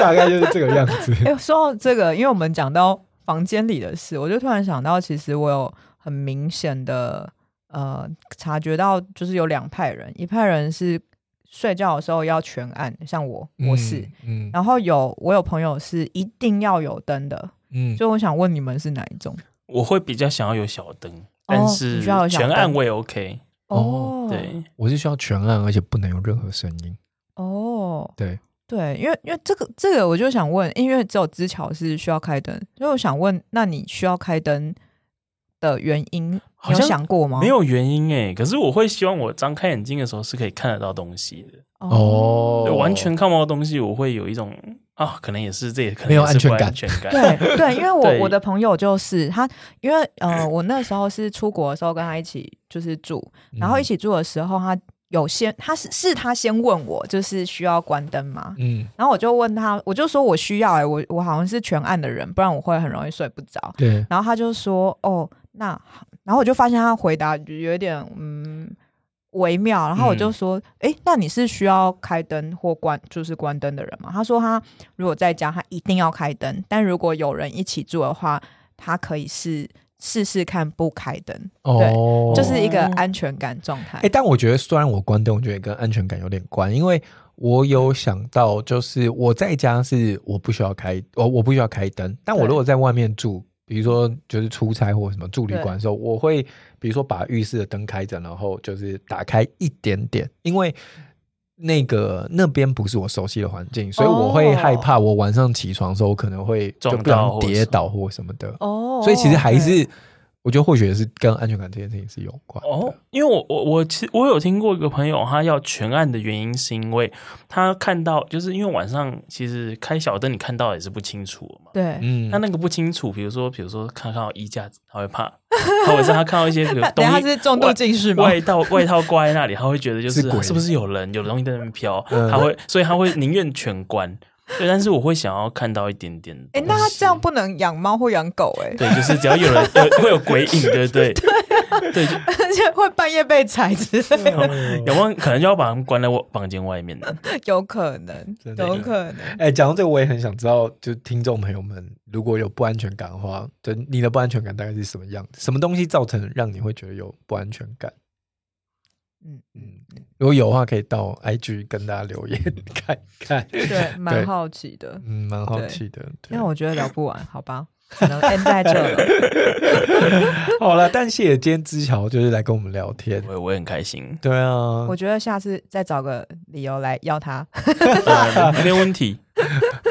D: 大概就是这个样子。
B: 哎、说到这个，因为我们讲到房间里的事，我就突然想到，其实我有很明显的呃察觉到，就是有两派人，一派人是睡觉的时候要全暗，像我，我是。
D: 嗯
B: 然后有我有朋友是一定要有灯的，
D: 嗯，
B: 所以我想问你们是哪一种？
C: 我会比较想要有小灯，但
B: 哦你
C: 是
B: 需要有小
C: 全暗
B: 灯
C: 我也 OK。
D: 哦
C: 对，
D: 我是需要全暗，而且不能有任何声音。
B: 哦，
D: 对
B: 对，因为因为这个这个我就想问，因为只有知巧是需要开灯，所以我想问，那你需要开灯的原因，你
C: 好
B: 有
C: 像
B: 想过吗？
C: 没有原因诶，可是我会希望我张开眼睛的时候是可以看得到东西的，
D: 哦
C: 对完全看不到东西，我会有一种啊，可能也是这也可能
D: 没有
C: 也是不
D: 安
C: 安全感。
B: 对对，因为
C: 对
B: 我我的朋友就是他，因为呃，我那时候是出国的时候跟他一起就是住，
D: 嗯
B: 然
C: 嗯
B: 后一起住的时候，他有先他是是他先问我，就是需要关灯吗？
D: 嗯，
B: 然后我就问他，我就说我需要、欸，我我好像是全暗的人，不然我会很容易睡不着。
D: 对，
B: 然后他就说：“哦，那好。”然后我就发现他回答有一点嗯微妙。然后我
D: 嗯
B: 就说：“诶，那你是需要开灯或关，就是关灯的人吗？”他说：“他如果在家，他一定要开灯；但如果有人一起住的话，他可以是试试看不开灯，
D: 哦，
B: 就是一个安全感状态。
D: 哎、但我觉得虽然我关灯，我觉得也跟安全感有点关，因为我
B: 嗯
D: 有想到，就是我在家是我不需要开，我我不需要开灯，但我
B: 对
D: 如果在外面住，比如说就是出差或什么住旅馆的时候，我会比如说把浴室的灯开着，然后就是打开一点点，因为。那个那边不是我熟悉的环境，所以我会
B: 哦
D: 害怕。我晚上起床的时候，我可能会就
C: 撞
D: 不小
C: 到
D: 心
C: 或者
D: 跌
C: 什么
D: 倒或什么的。
B: 哦
D: 所以其实还是，我觉得或许也是跟安全感这件事情是有关 的。
C: 哦，因为我我我其实我有听过一个朋友，他要全暗的原因是因为他看到，就是因为晚上其实开小灯，你看到也是不清楚的嘛。
B: 对。
D: 嗯，
C: 那那个不清楚，比如说比如说看看到衣架子，他会怕；或者是他看到一些比如东
B: 等一下他
C: 西
B: 是重度近视吗？
C: 外套外套挂在那里，他会觉得就是是
D: 鬼
C: 是不是有人有东西在那边飘，
D: 嗯
C: 他会所以他会宁愿全关。对，但是我会想要看到一点点东西。
B: 哎、那他这样不能养猫或养狗哎、
C: 对，就是只要有人有会有鬼影，对不对？对，就
B: 而且会半夜被踩之类 的，
C: 有没有可能就要把他们关在我房间外面的？
B: 有可能，
D: 真的
B: 有可能。
D: 哎，讲到这个，我也很想知道，就听众朋友们，如果有不安全感的话，对你的不安全感大概是什么样子？什么东西造成让你会觉得有不安全感？
B: 嗯嗯，
D: 如果有的话，可以到 IG 跟大家留言 看看。
B: 对，蛮好奇的，
D: 嗯，蛮好奇的。对
B: 因为我觉得聊不完，好 吧，只能 end 在这了。
D: 好了，但谢谢今天知晓就是来跟我们聊天。
C: 我我也很开心，
D: 对啊
B: 我，觉得下次再找个理由来邀他。
C: 呃没问题，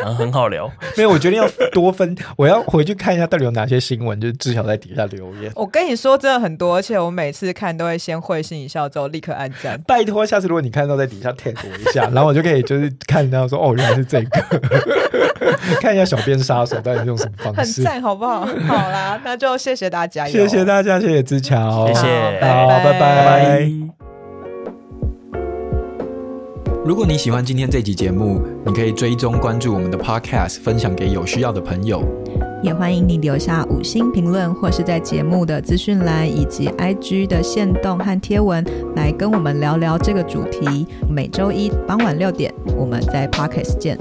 C: 嗯，很好聊。
D: 没有，我决定要多分，我要回去看一下到底有哪些新闻，就是知晓在底下留言。
B: 我跟你说，真的很多，而且我每次看都会先会心一笑，之后立刻按赞。
D: 拜托，下次如果你看到在底下 tag 我一下，然后我就可以就是看到说哦，原来是这个， 看一下小编杀手到底是用什么方
B: 很
D: 式。
B: 赞，哦好不 好？好啦，那就谢谢大家，
D: 谢谢大家，谢谢知晓，
C: 谢谢
D: 好，拜
B: 拜
D: 拜。
F: 如果你喜欢今天这集节目，你可以追踪关注我们的 Podcast，分享给有需要的朋友。
A: 也欢迎你留下五星评论，或是在节目的资讯栏以及 IG 的线动和贴文来跟我们聊聊这个主题。每周一傍晚六点，我们在 Pockets 见。